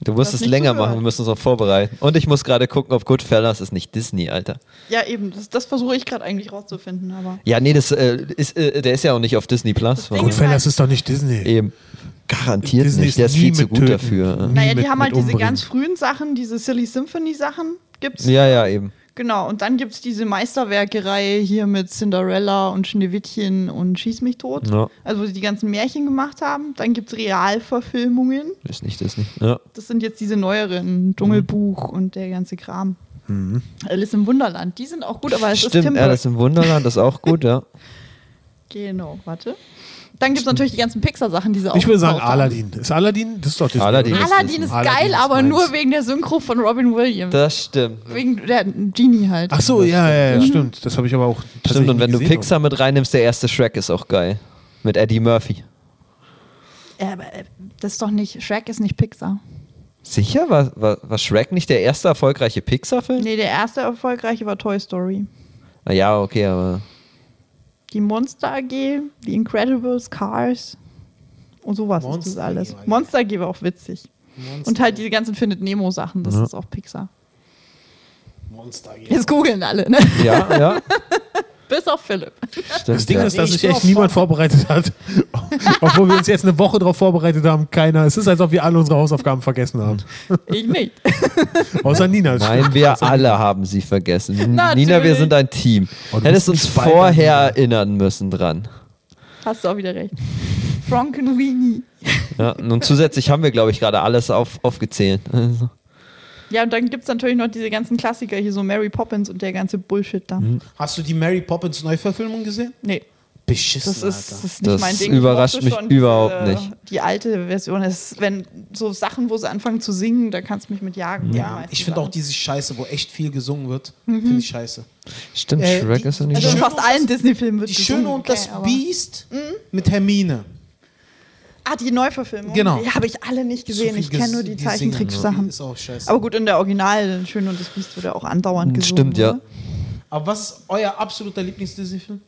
Du musst
Hast
es
nicht
länger
zugehört.
machen, wir müssen uns noch vorbereiten. Und ich muss gerade gucken, ob Goodfellas ist nicht Disney, Alter.
Ja, eben, das, das versuche ich gerade eigentlich rauszufinden, aber.
Ja, nee, das äh, ist, äh, der ist ja auch nicht auf Disney
Ding
Plus. warum?
ist-
Goodfellas ist doch nicht Disney.
Eben. Garantiert
Disney
nicht, der ist
nie
viel zu
mit
gut
töten.
dafür.
Nie
Naja, die
mit-
haben halt
mit
diese
umbringen.
ganz frühen Sachen, diese Silly Symphony-Sachen gibt's.
äh. Ja, ja, eben.
Genau, und dann gibt es diese Meisterwerke-Reihe hier mit Cinderella und Schneewittchen und Schieß mich tot.
Ja.
Also wo sie die ganzen Märchen gemacht haben. Dann gibt es Realverfilmungen.
Ist nicht Disney. Ja.
Das sind jetzt diese neueren, Dschungelbuch und der ganze Kram. Alice im Wunderland, die sind auch gut, aber es ist
Stimmt,
Tim
Alice im Wunderland ist auch gut, ja.
Genau, warte. Dann gibt es natürlich die ganzen Pixar-Sachen, die sie auch.
Ich will sagen
gekauft haben.
Aladdin. Ist Aladdin? Das ist doch Disney.
Aladdin.
oder?
Aladdin ist
Aladdin
geil,
ist
aber
meins.
nur wegen der Synchro von Robin Williams.
Das stimmt.
wegen der Genie halt.
Ach so, ja, ja, ja, stimmt. Das habe ich aber auch
Stimmt,
tatsächlich
und wenn
nie
du
gesehen.
Pixar mit reinnimmst, der erste Shrek ist auch geil. Mit Eddie Murphy.
Äh, aber, äh, das ist doch nicht. Shrek ist nicht Pixar.
Sicher? War, war, war Shrek nicht der erste erfolgreiche Pixar-Film?
Nee, der erste erfolgreiche war Toy Story.
Na Ja, okay, aber.
Die Monster AG, die Incredibles, Cars und sowas
Monster
ist das alles.
AG war geil.
Monster AG war auch witzig.
Monster
Und halt diese ganzen Findet Nemo-Sachen, das ist auch Pixar.
Monster AG.
Jetzt googeln alle, ne? <laughs>
Ja, ja.
Bis auf Philipp.
Stimmt,
Das Ding
ja.
ist, dass
Nee,
sich
ich bin
echt
auch
niemand vorbereitet hat. <laughs> Obwohl wir uns jetzt eine Woche darauf vorbereitet haben, keiner. Es ist, als ob wir alle unsere Hausaufgaben vergessen haben.
Ich nicht.
Außer Nina.
Nein, wir alle haben sie vergessen. N-
Natürlich.
Nina, wir sind ein Team.
Oh, du bist
Hättest
ein
uns
Spalter,
vorher
Nina.
erinnern müssen dran.
Hast du auch wieder
<laughs>
recht. Frankenweenie.
Ja, und zusätzlich haben wir, glaube ich, gerade alles auf, aufgezählt. Also,
Ja, und dann gibt es natürlich noch diese ganzen Klassiker hier, so Mary Poppins und der ganze Bullshit da.
Hast du die Mary Poppins Neuverfilmung gesehen?
Nee,
Beschissen,
das ist, das ist nicht
Das
mein Ding.
überrascht
Ich mochte
mich
schon diese-
überhaupt nicht.
Die alte Version ist, wenn so Sachen, wo sie anfangen zu singen, da kannst du mich mit jagen. Die
Ja,
meisten
ich finde auch
Sachen.
diese Scheiße, wo echt viel gesungen wird,
Mhm.
finde ich scheiße.
stimmt,
Äh,
Shrek
die-
ist ja nicht
Also in
Schöne
schlecht.
fast
und
allen
das-
Disney-Filmen wird
Die
gesungen,
Schöne und
okay,
das
aber- Mhm.
Biest mit Hermine.
Ah, die Neuverfilmung.
Genau.
Die habe ich alle nicht gesehen.
Sophie
ich kenne nur die
ges- singen, Sophie
Zeichentricksachen.
Ist auch scheiße.
Aber
Aber,
gut, in der Original, Schön und das Biest wurde auch andauernd gesungen.
Hm,
ne?
Stimmt, ja.
oder?
was ist euer absoluter Lieblings-Disney-Film?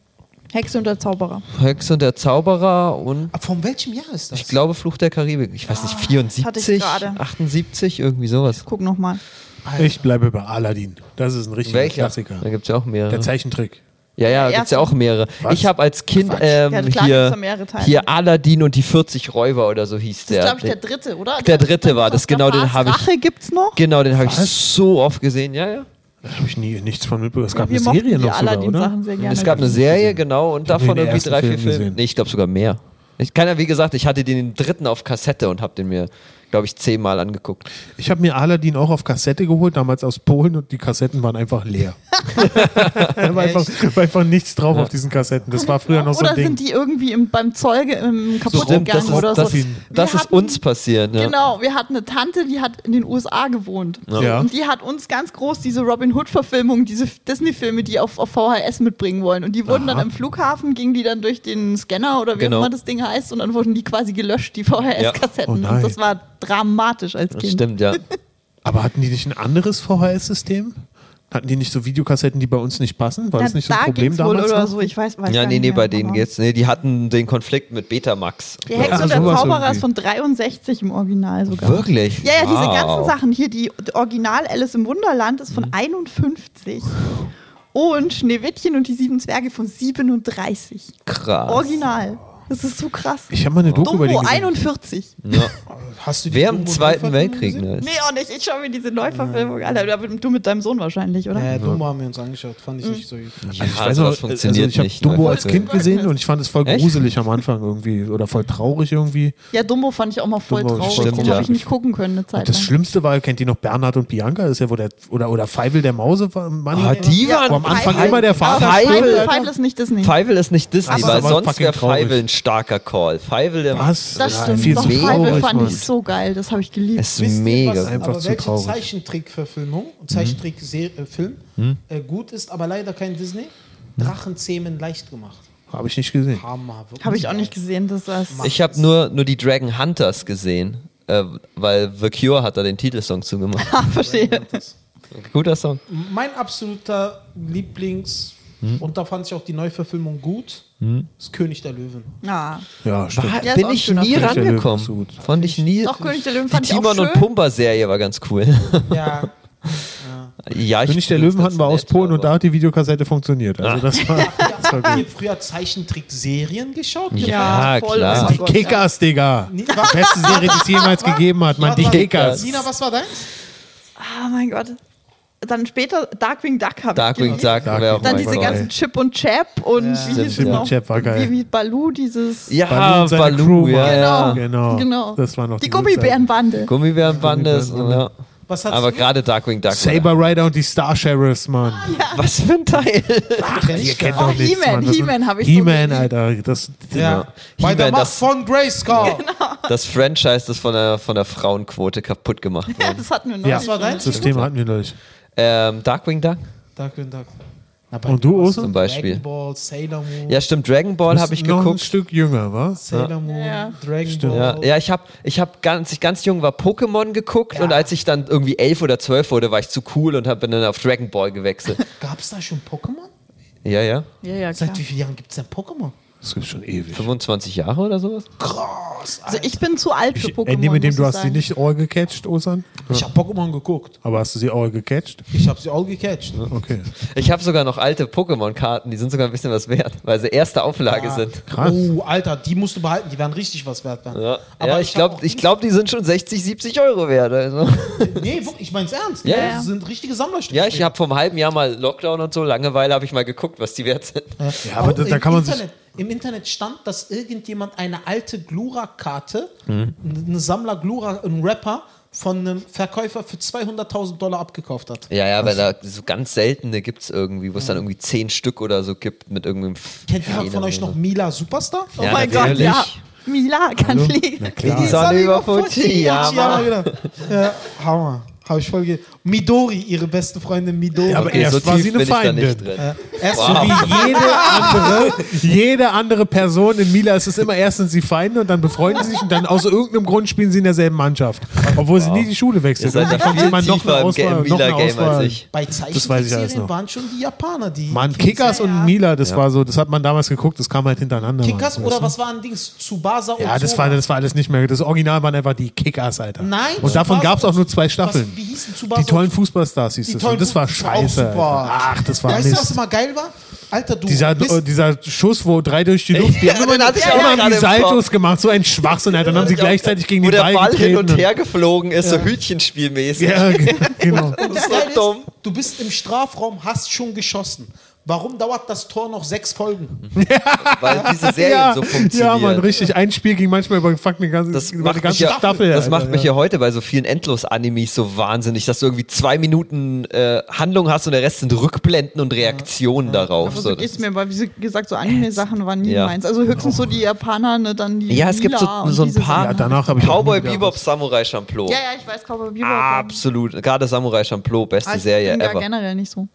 Hexe und der Zauberer.
Hex und der Zauberer und
Ah, Von welchem Jahr ist das?
ich glaube Fluch der Karibik. Ich weiß nicht,
Ah, hatte ich
74,
gerade.
78, irgendwie sowas.
Guck nochmal.
Ich bleibe bei Aladdin. Das ist ein richtiger Klassiker.
Da gibt es ja auch mehrere.
Der Zeichentrick.
Ja, ja,
Der
gibt's ja
erste.
auch mehrere.
Was?
Ich habe als Kind
Ja,
ähm,
klar gibt's da mehrere
hier,
Teile.
hier Aladdin und die 40 Räuber oder so hieß
Das
der.
ist, glaube ich, der dritte, oder?
Der dritte war das, genau, den
Barts
habe ich-
Rache gibt's noch?
genau, den habe ich so oft gesehen. Ja, ja.
Da habe ich nie, nichts von mitbekommen. Es gab
Wir
eine
mochten
Serie
die
noch sogar, oder?
Aladdin-Sachen sehr gerne.
Es gab eine
nicht
Serie,
gesehen.
genau,
Hm. hab
und
nur
davon
den
irgendwie
ersten
drei, vier
Film
Filme.
gesehen.
Nee, ich glaube sogar mehr. Ich kann ja, wie gesagt, ich hatte den dritten auf Kassette und habe den mir, glaube ich, zehnmal angeguckt.
Ich habe mir Aladdin auch auf Kassette geholt, damals aus Polen, und die Kassetten waren
<laughs>
einfach leer. war, einfach, war einfach nichts drauf auf diesen Kassetten. Das war früher noch so
oder
ein Ding.
sind die irgendwie im, beim Zeuge im kaputt
Stimmt, das
gegangen
ist,
oder
das,
so?
das
Wir
ist
hatten-
uns passiert. ne? Ja.
Genau, wir hatten eine Tante, die hat in den USA gewohnt.
Ja.
Und die hat uns ganz groß diese Robin Hood-Verfilmung, diese Disney-Filme, die auf, auf VHS mitbringen wollen. Und die wurden
Aha.
dann im Flughafen, gingen die dann durch den Scanner oder wie
Genau.
auch immer das Ding heißt. Und dann wurden die quasi gelöscht, die
Ja. Oh
VHS-Kassetten.
nein.
und das war dramatisch als
Das
Kind. <laughs>
stimmt, ja.
Aber hatten die nicht ein anderes VHS-System? Hatten die nicht so Videokassetten, die bei uns nicht passen? War
Na,
das nicht so ein
da
Problem
ging's wohl
damals?
oder
noch?
so, ich weiß, weiß
Ja,
gar
nee,
nicht
nee,
mehr,
bei denen
aber-
geht's. Nee, die hatten den Konflikt mit Betamax.
Die Hexe
Ja,
und der
sowas
Zauberer
irgendwie.
ist von 63 im Original sogar.
Wirklich?
Ja, ja, diese
Wow.
ganzen Sachen hier, die, die Original Alice im Wunderland ist
Mhm.
von 51 und Schneewittchen und die sieben Zwerge von 37.
Krass.
Original. Das ist so krass.
Ich habe mal eine Doku über den
Dumbo
gesehen. Hm.
41.
Ja.
Hast du die
Während dem
Dumbo
Zweiten
Neuverfilmung
Weltkrieg,
gesehen?
ne?
Nee, auch nicht. Ich schaue mir diese Neuverfilmung an. Aber Du mit deinem Sohn wahrscheinlich, oder?
Äh, Dumbo haben wir uns angeschaut, fand ich nicht so
Mhm.
gut.
Ja,
Ich weiß
sowas
noch, also ich habe
ne?
Dumbo als
Also,
Kind gesehen und ich fand es voll
Echt?
gruselig am Anfang irgendwie oder voll traurig irgendwie.
Ja, Dumbo fand ich auch mal voll
Dumbo,
traurig.
stimmt,
Den
ja.
habe ich nicht gucken können eine Zeit ne?
Das
lang.
Schlimmste war, kennt ihr noch Bernhard und Bianca? Das ist ja wo der oder oder Feivel der Mause war Mann.
Ah, die
Ja,
waren
wo am Anfang
Feivel-
immer der Vater
Aber
stirbt,
Feivel,
Alter.
Feivel ist nicht Disney.
Feivel ist nicht Disney,
Aber
weil
aber
sonst
fucking
wäre
traurig.
Feivel ein starker Call. Feivel der
was?
Das
Nein,
stimmt.
Viel
Doch,
zu
Feivel
traurig,
fand
Mann.
ich so geil. Das habe ich geliebt.
ist
Wisst ihr,
mega.
Was,
Einfach
aber
zu
welche
traurig.
Zeichentrickverfilmung, Zeichentrickfilm
Hm?
äh, gut ist, aber leider kein Disney? Drachenzähmen leicht gemacht.
Habe ich nicht gesehen.
Hammer. wirklich
Habe ich auch
geil.
nicht gesehen, dass das. Ah,
ich habe nur, nur die Dragon Hunters gesehen, äh, weil The Cure hat da den Titelsong zugemacht.
<laughs> Ah, verstehe.
Guter Song.
Mein absoluter Lieblings,
Hm?
und da fand ich auch die Neuverfilmung gut, ist König
<laughs>
der Löwen.
Ja.
Ja, stimmt.
War,
Ja, ist
bin
auch
ich
ein schöner
nie
Film.
König der Löwen
rangekommen.
ist gut.
Fand ich nie.
Doch, König der Löwen
die
fand ich auch
Timon und
schön.
Pumba Serie war ganz cool. <laughs>
Ja.
ja, ich
König der
find's
Löwen hatten wir
ganz
aus
nett,
Polen und da
aber-
hat die Videokassette funktioniert. Also das war, das war
Habt
gut.
ihr früher Zeichentrickserien geschaut?
Ja,
<laughs>
klar.
oh
Die
Gott, ja.
Kickers, Digga.
Nee, wa-
Die beste Serie, die es jemals gegeben hat, Mann.
Ja,
Die
was-
Kickers.
Nina, was war deins?
Ah, mein Gott. Dann später Darkwing Duck habe ich.
Darkwing
geliebt.
Duck
Darkwing
wäre auch
Duck.
Dann
mein
diese
Gott,
ganzen
ey.
Chip und Chap und wie hieß
Chip
es
und
noch?
Chap war geil.
Wie, wie Baloo, dieses.
Baloo
Ja,
und seine
Baloo,
Crew,
ja,
Mann.
ja.
Genau.
Genau.
Das war noch
die
die gute Zeit.
Gummibärenbande.
Gummibärenbande ist, ja.
Was hat's
Aber gerade Darkwing Duck.
Saber Rider und die Star Sheriffs, Mann.
<laughs> Was für ein Teil.
Ach,
Ihr
nicht
kennt
Oh,
doch nichts,
He-Man,
Mann. Das-
He-Man hab ich so
He-Man,
geliebt.
Alter. Das,
ja. Bei
He-Man,
der Macht
das-
von Grayskull.
Genau.
Das Franchise, das von der, von der Frauenquote kaputt gemacht
Ja,
wurde.
das hatten wir noch.
ja.
nicht.
war dein?
Das Thema hatten wir neulich.
Ähm, Darkwing Duck
Darkwing Duck. Na, bei
Und du,
was?
Ose?
zum Beispiel.
Dragon Ball, Sailor Moon,
Ja, stimmt. Dragon Ball habe ich
Bist Noch ein
geguckt.
Stück jünger, wa?
Sailor Moon,
Ja.
Dragon
Ja,
Ball.
ja, ich habe ich hab ganz, ich ganz jung war Pokémon geguckt und als ich dann irgendwie elf oder zwölf wurde, war ich zu cool und habe dann auf Dragon Ball gewechselt.
<laughs>
Gab es da schon Pokémon?
ja, ja.
Ja, ja, klar.
Seit wie vielen Jahren gibt es denn Pokémon?
Das gibt's schon ewig.
25 Jahre oder sowas?
Krass,
Also
Alter.
ich bin zu alt für
Ich
Pokémon.
entnehme dem,
muss
du
ich
hast sie
sagen.
nicht all gecatcht, Osan.
Ich habe Pokémon geguckt.
Aber hast du sie all gecatcht?
Ich habe sie all gecatcht. <laughs>
Okay.
Ich habe sogar noch alte Pokémon-Karten, die sind sogar ein bisschen was wert, weil sie erste Auflage sind.
Krass.
Ah, Oh, Alter, die musst du behalten. Die werden richtig was wert werden.
Ja, ja ich
hab auch
glaube, ich glaub, die sind schon 60, 70 Euro wert. Also.
Nee, wirklich, ich meine es ernst.
Ja,
Ja,
ja.
Das sind richtige Sammlerstücke.
Ja, ich habe vom halben Jahr mal Lockdown und so, Langeweile habe ich mal geguckt, was die wert sind.
Ja, aber
Auch
da- da
im
kann man sich-
Internet, Im Internet stand, dass irgendjemand eine alte Glura-Karte,
Mhm.
ein Sammler Glura, ein Rapper, von einem Verkäufer für 200.000 Dollar abgekauft hat.
Ja, ja, weil da so ganz seltene gibt es irgendwie, wo es dann irgendwie 10 Stück oder so gibt mit irgendeinem.
Kennt jemand von euch noch Mila Superstar?
Oh
Ja,
mein Gott,
natürlich.
ja. Mila kann fliegen.
Die Sonne über Fujiyama.
Ja, genau. ja, Hammer. Habe ich voll ge Midori, ihre beste Freundin Midori.
Ja, aber
Okay,
erst
so
war
tief
sie eine
bin ich da
Feindin.
nicht drin.
Erst
So
Wow.
wie jede andere, jede andere Person in Mila ist es immer erst sind sie Feinde und dann befreunden sie sich und dann aus irgendeinem Grund spielen sie in derselben Mannschaft. Obwohl sie nie die Schule
Ihr
wechseln.
seid
Dann
da
kommt
viel
immer noch eine
tiefer im
Auswahl,
Game,
noch eine
Mila-Game
Auswahl.
als ich.
bei
Das weiß ich alles
Zeichentrickserien
noch.
waren schon die Japaner, die.
Mann, Kickers
Ja, ja.
und Mila, das war so, das hat man damals geguckt, das kam halt hintereinander.
Kickers
Mann.
oder was waren Dings? Tsubasa
Ja,
und
das
Sora.
war, das war alles nicht mehr. Das Original waren einfach die Kickers, Alter.
Nein,
Und davon
Tsubasa-
gab es auch nur zwei Staffeln.
Was, wie hießen
die
Tsubasa und-
tollen Fußballstars hieß
Die
es.
tollen
Und das war
Fußballstars, auch
scheiße.
super.
Alter. Ach, das war
Weißt du, was
Mist.
immer geil war? Alter, du.
Dieser,
bist,
äh, dieser Schuss, wo drei durch die Luft, die haben
den hatte ich auch
immer
gerade
haben die
im Kopf.
Saltos gemacht, so ein Schwachsinn, Alter. Dann haben sie gleichzeitig gegen
Wo
den
der
Ball,
Ball hin und
getreten
her geflogen ist, so Hütchenspielmäßig.
Ja, ge-
<laughs>
genau.
Und das
ist so
Geile ist,
dumm.
du bist im Strafraum, hast schon geschossen. Warum dauert das Tor noch sechs Folgen?
Weil diese Serien
ja,
so funktionieren.
ja, man, richtig. Ein Spiel ging manchmal über, fuck, eine ganze,
Das
über eine
macht, mich
ganze
ja,
Staffel.
das
Alter,
macht mich
ja.
ja heute bei so vielen Endlos-Animes so wahnsinnig, dass du irgendwie zwei Minuten äh, Handlung hast und der Rest sind Rückblenden und Reaktionen darauf.
Aber
So,
so
das
geht's Also mir, weil wie gesagt, so Anime-Sachen waren nie
Ja.
meins. Also höchstens so die Japaner, ne, dann die
Ja, es gibt so-
Mila und
so ein
diese
paar-
Ja,
Sachen.
danach habe ich auch
Cowboy
nie wieder
Bebop, Samurai Champloo.
Ja, ja, ich weiß, Cowboy Bebop.
Absolut. Gerade Samurai Champloo, beste
Aber ich
Serie
bin da
ever.
generell nicht so.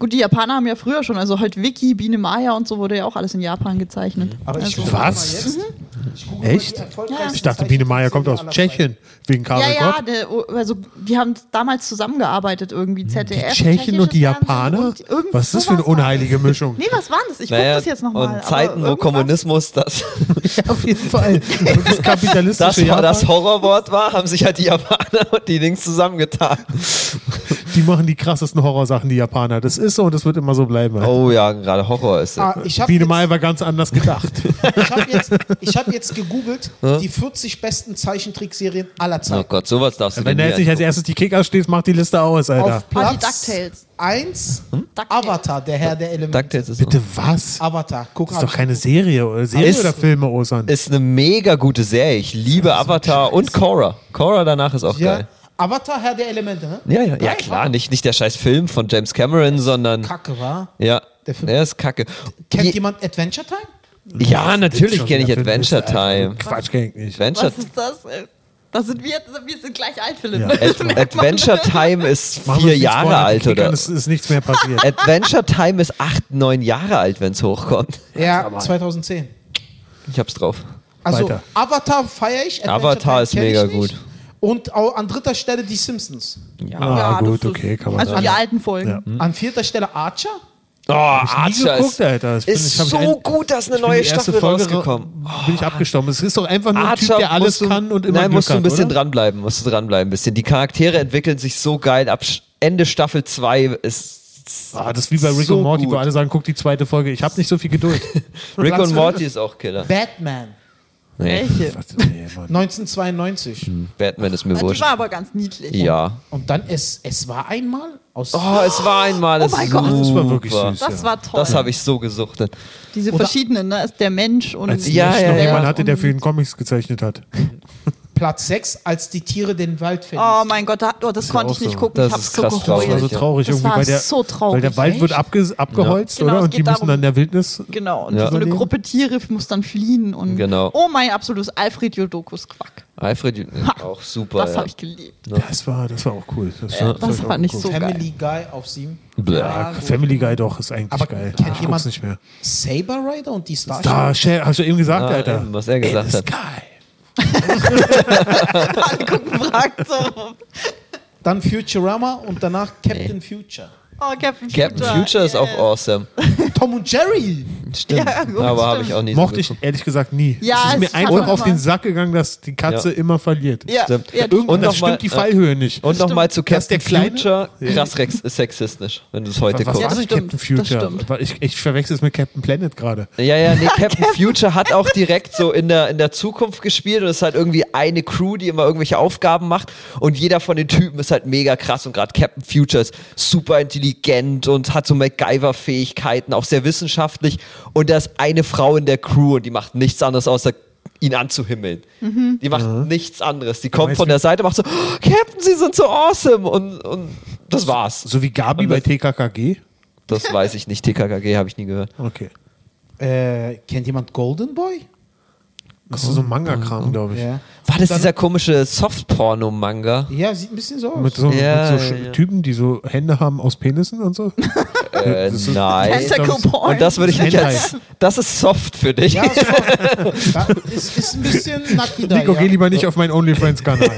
Gut, die Japaner haben ja früher schon, also halt Wiki, Biene Maya und so wurde ja auch alles in Japan gezeichnet.
Mhm.
Aber ich
also,
was. Was?
gucke
Mhm.
Ich gucke
Echt?
Mal die erfolgreichsten
Ich dachte, Biene Meier kommt aus
aller Zeiten.
Tschechien. Wegen Karel
ja, ja,
Ah, Gott.
der, also die haben damals zusammengearbeitet irgendwie,
Mhm.
ZDF.
Die Tschechen und die
tschechisches Fernsehen
Japaner?
und irgend
Was ist das für
sowas halt.
eine unheilige Mischung?
Nee, was war denn das? Ich guck das jetzt nochmal.
und Zeiten, wo
<laughs>
Kommunismus das,
Auf jeden <laughs> Fall. Und das kapitalistische
das, war,
Japan,
das Horrorwort war, haben sich halt die Japaner und die Dings zusammengetan.
die machen die krassesten Horrorsachen, die Japaner. Das ist so und das wird immer so bleiben. Alter.
Oh ja, gerade Horror ist das.
Ah, ich habe
Biene
jetzt,
Meier war ganz anders
<laughs>
gedacht.
<laughs> ich hab jetzt, ich hab jetzt gegoogelt, die 40 besten Zeichentrickserien aller
Oh
Zeiten.
Gott, sowas darfst du
Wenn
dir
da jetzt nicht als
angucken.
erstes die Kickers steht, macht die Liste aus, Alter.
Auf
Ah, die
Platz
DuckTales. Hm?
1
DuckTales.
Avatar, der Herr der Elemente.
DuckTales ist,
Bitte was?
Avatar, guck
Das ist
mal.
doch keine Serie oder Serie
Ist-
oder Filme, Osan.
ist eine mega gute Serie. Ich liebe Avatar und Korra. Korra danach ist auch
Ja,
geil.
Avatar, Herr der Elemente, ne?
Ja, ja, ja
Geil,
klar,
wa?
nicht, nicht der scheiß Film von James Cameron, sondern
Kacke, war.
ja,
Der Film-
der ist kacke.
Kennt
Je-
jemand Adventure Time?
ja, natürlich
Schon
kenne ich
wieder Film ist,
Adventure
Alter.
Time.
Quatsch, kenn ich nicht.
Adventure,
Was ist das? ey? Das sind wir, wir sind gleich alt, Philipp.
Ja.
Das
Ad
merkt man.
Adventure Time ist
Machen wir
vier
uns nichts vor,
Jahre
mit den
alt
Kickern
oder?
Es ist nichts mehr
<laughs>
passiert.
Adventure Time ist acht, neun Jahre alt, wenn es hochkommt.
Ja, 2010.
Ich hab's drauf.
Also
Weiter.
Avatar feiere ich.
Avatar
Time
ist
kenn ich
mega
nicht.
gut.
Und au- an dritter Stelle die Simpsons.
Ja.
Ah,
Ja, das ist-
gut, okay, kann man
Also
sagen.
die alten Folgen.
Ja.
An vierter Stelle Archer.
Oh,
nie
Archer
geguckt,
ist,
Alter. Ich bin-
ist
ich hab
so
ein-
gut, dass eine
Ich bin
neue
die erste
Staffel
Folge
rausgekommen.
ra- Bin ich abgestorben. Es ist doch einfach nur ein Typ, der alles
Ah. musst du,
kann und immer
Nein,
Glück
musst du ein
hat,
bisschen
oder?
dranbleiben, musst du dranbleiben ein bisschen. Die Charaktere entwickeln sich so geil. Ab Sch- Ende Staffel 2 ist
Ah, das ist wie bei Rick
so
und Morty,
gut.
wo alle sagen, guck die zweite Folge. Ich habe nicht so viel
<laughs>
Geduld.
Rick
Platz
und Morty ist auch Killer.
Batman.
Nee,
Welche?
Was, nee, Mann.
1992.
Batman ist mir
Ah, Die
wurscht.
war aber ganz niedlich.
Ja.
Und dann, es, es war einmal aus.
Oh, es war einmal.
Oh mein Gott.
Das war wirklich süß.
Das
ja.
war toll.
Das habe ich so gesuchtet.
Diese verschiedenen, ne? Ist der Mensch und
Als
Ja,
ja,
ja, Oh,
noch
ja.
jemand hatte, der
und-
für ihn Comics gezeichnet hat.
Platz 6, als die Tiere den Wald verließen.
Oh mein Gott, da, oh, das konnte
auch
ich nicht
so.
gucken.
Das
ich
ist
hab's so
krass
Das war
geheult.
so
traurig, ja.
traurig
Das
irgendwie,
war
weil der,
so traurig,
weil der Wald wird
echt?
abge, abgeholzt,
Ja. Genau,
oder?
es
Und die
geht
müssen
darum-
dann in der Wildnis.
Genau, und
Ja.
so eine
Überleben.
Gruppe Tiere muss dann fliehen und
Genau.
oh mein absolutes Alfred Jodokus Quack.
Alfred,
Ha,
auch super.
Das
ja.
habe ich geliebt.
Das war, das war auch cool. Das, hab
das
ich auch
fand ich
geguckt.
so geil.
Family Guy auf 7.
Bläh.
Ja, Family Guy doch ist eigentlich
Aber
geil.
kennt
ich
jemand-
guck's nicht mehr.
Saber Rider und die Starship.
Da, Shell, hast du eben gesagt,
Ah,
Alter.
eben, was er gesagt hat.
Geil.
Alle gucken <laughs> fragt so.
Dann Futurama und danach Captain Future.
Oh, Captain,
Captain Future ist auch
yes. <laughs>
awesome.
Tom und Jerry!
Stimmt.
Ja, gut,
Aber habe
stimmt.
ich auch nicht
Mochte ich
so
ehrlich gesagt nie.
Ja,
es ist
es
mir
ist
einfach
verdammt
auf den
mal.
Sack gegangen, dass die Katze
Ja.
immer verliert.
Ja,
Stimmt.
ja,
Irgendwann
Und noch
das stimmt
mal,
die
äh,
Fallhöhe nicht.
Und nochmal zu
Dass der
Captain
Kleine-
Future. Krass rex- sexistisch, wenn du es heute
was war
das
guckst.
denn
stimmt,
Captain Future?
das stimmt.
War- Ich, ich verwechsel es mit Captain Planet gerade.
Ja, ja, <laughs> nee, Captain Future hat auch direkt so in der, in der Zukunft gespielt und es ist halt irgendwie eine Crew, die immer irgendwelche Aufgaben macht und jeder von den Typen ist halt mega krass und gerade Captain Future ist super intelligent und hat so MacGyver-Fähigkeiten, auch sehr wissenschaftlich und da ist eine Frau in der Crew und die macht nichts anderes außer ihn anzuhimmeln. Die macht nichts anderes. Die kommt
meinst
von
wie-
der Seite, macht so, "Oh, Captain, Sie sind so awesome und, und das war's.
So wie Gabi bei TKKG.
Das weiß ich nicht. TKKG habe ich nie gehört.
Okay.
Äh, kennt jemand Golden Boy?
Das ist so ein Manga-Kram, glaube ich.
Ja.
War das dieser komische Softporno-Manga?
ja, sieht ein bisschen so aus.
Mit so,
Ja,
mit so
ja, ja.
Typen, die so Hände haben aus Penissen und so.
Äh,
Das ist-
nein.
Tentacle
glaub ich-
Porn.
Und
<laughs>
das würde ich nicht
Hentai.
als. Das ist soft für dich.
<laughs>
ja,
<laughs>
so, ja, ist, ist ein bisschen nacki da.
Nico,
ja.
geh lieber nicht auf meinen
<laughs>
OnlyFriends-Kanal.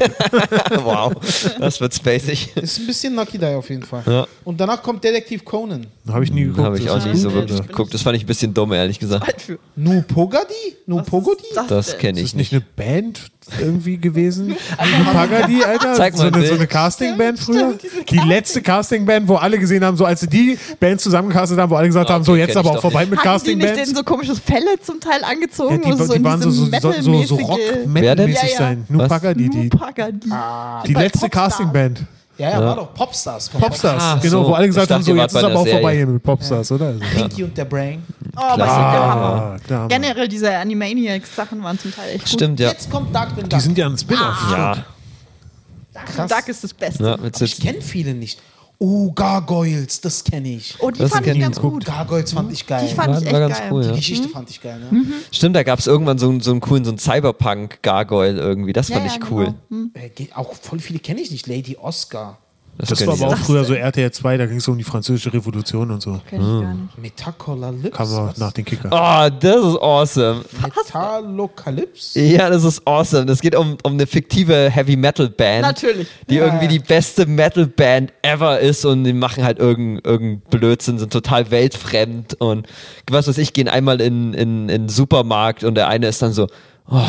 wow, das wird spacig.
Ist ein bisschen nacki da auf jeden Fall.
Ja.
Und danach kommt Detektiv Conan.
Habe ich nie geguckt.
Habe ich
Das
auch
ist
nicht so
gut.
wirklich
das bin
geguckt. Das fand ich ein bisschen dumm, ehrlich gesagt.
Für-
Oh,
Nu Pogadi? Nu
was ist
Pogodi?
Das
denn?
Ist
kenne ich
das
nicht.
nicht eine Band irgendwie gewesen? Die Pagadi, Alter?
Zeig mal
so
ein
eine, so eine
Bild.
Casting-Band früher?
Also, stimmt, diese
die letzte Casting-Band, wo alle gesehen haben, so als sie die Band zusammengecastet haben, wo alle gesagt
Ah,
haben, so
okay,
jetzt
kenn
aber
ich
auch
doch
vorbei mit
Hatten die nicht
Casting-Bands.
denn so komisches Felle zum Teil
Ja,
angezogen?
die,
wo sie so
die
in
waren so, so,
diesem
so, so, so
metalmäßige-
Rock-Metal-mäßig
Ja, ja.
sein. Nur
Was?
Pagadi, die,
Nupagadi.
die
Bei
letzte
Popstars.
Casting-Band.
Ja, ja, war doch Popstars. von
Popstars,
Ach
genau,
so.
wo alle
Ich
gesagt
dachte,
haben, so
ihr wart
jetzt ist
bei
aber
der
auch vorbei
Serie.
hier mit Popstars, oder? Also,
Pinky und der Brain.
Oh, aber ich
Klassiker.
sag
ah, klar.
ja,
Mann.
generell diese Animaniacs-Sachen waren zum Teil echt gut.
Stimmt, ja.
Jetzt kommt Darkwing
Die
Duck.
sind ja ein Spin-off.
Ah.
Ja,
Krass. Duck ist das Beste.
ja jetzt,
ich
jetzt,
kenne viele nicht. Oh, Gargoyles, das kenne ich.
Oh, die
Das
fand
kenn
ich
ich
ganz
nicht.
gut.
Gargoyles fand ich geil.
Die fand Mhm.
War-
ich
war
echt
ganz
geil.
cool,
Die
ja.
Geschichte fand ich geil. Ne?
stimmt, da gab es irgendwann so, einen- so einen coolen, so einen Cyberpunk-Gargoyle irgendwie. Das
Ja,
fand
ja,
ich cool.
genau. Hm.
Äh, geht- auch voll viele kenne ich nicht. Lady Oscar,
Das
kenn
war
ich
aber auch
nicht.
früher so RTL 2, da ging es um die französische Revolution und so.
Kenn
Hm.
ich gar nicht.
Metacola Lips.
Kam aber nach den Kicker.
Oh, das ist awesome.
Metalokalypse?
Ja, das ist awesome. Das geht um, um eine fiktive Heavy Metal Band.
Natürlich.
Die
Ja,
irgendwie
ja.
die beste Metal Band ever ist und die machen halt irgendeinen irgendein Blödsinn, sind total weltfremd und was weiß ich, gehen einmal in in, in den Supermarkt und der eine ist dann so, oh,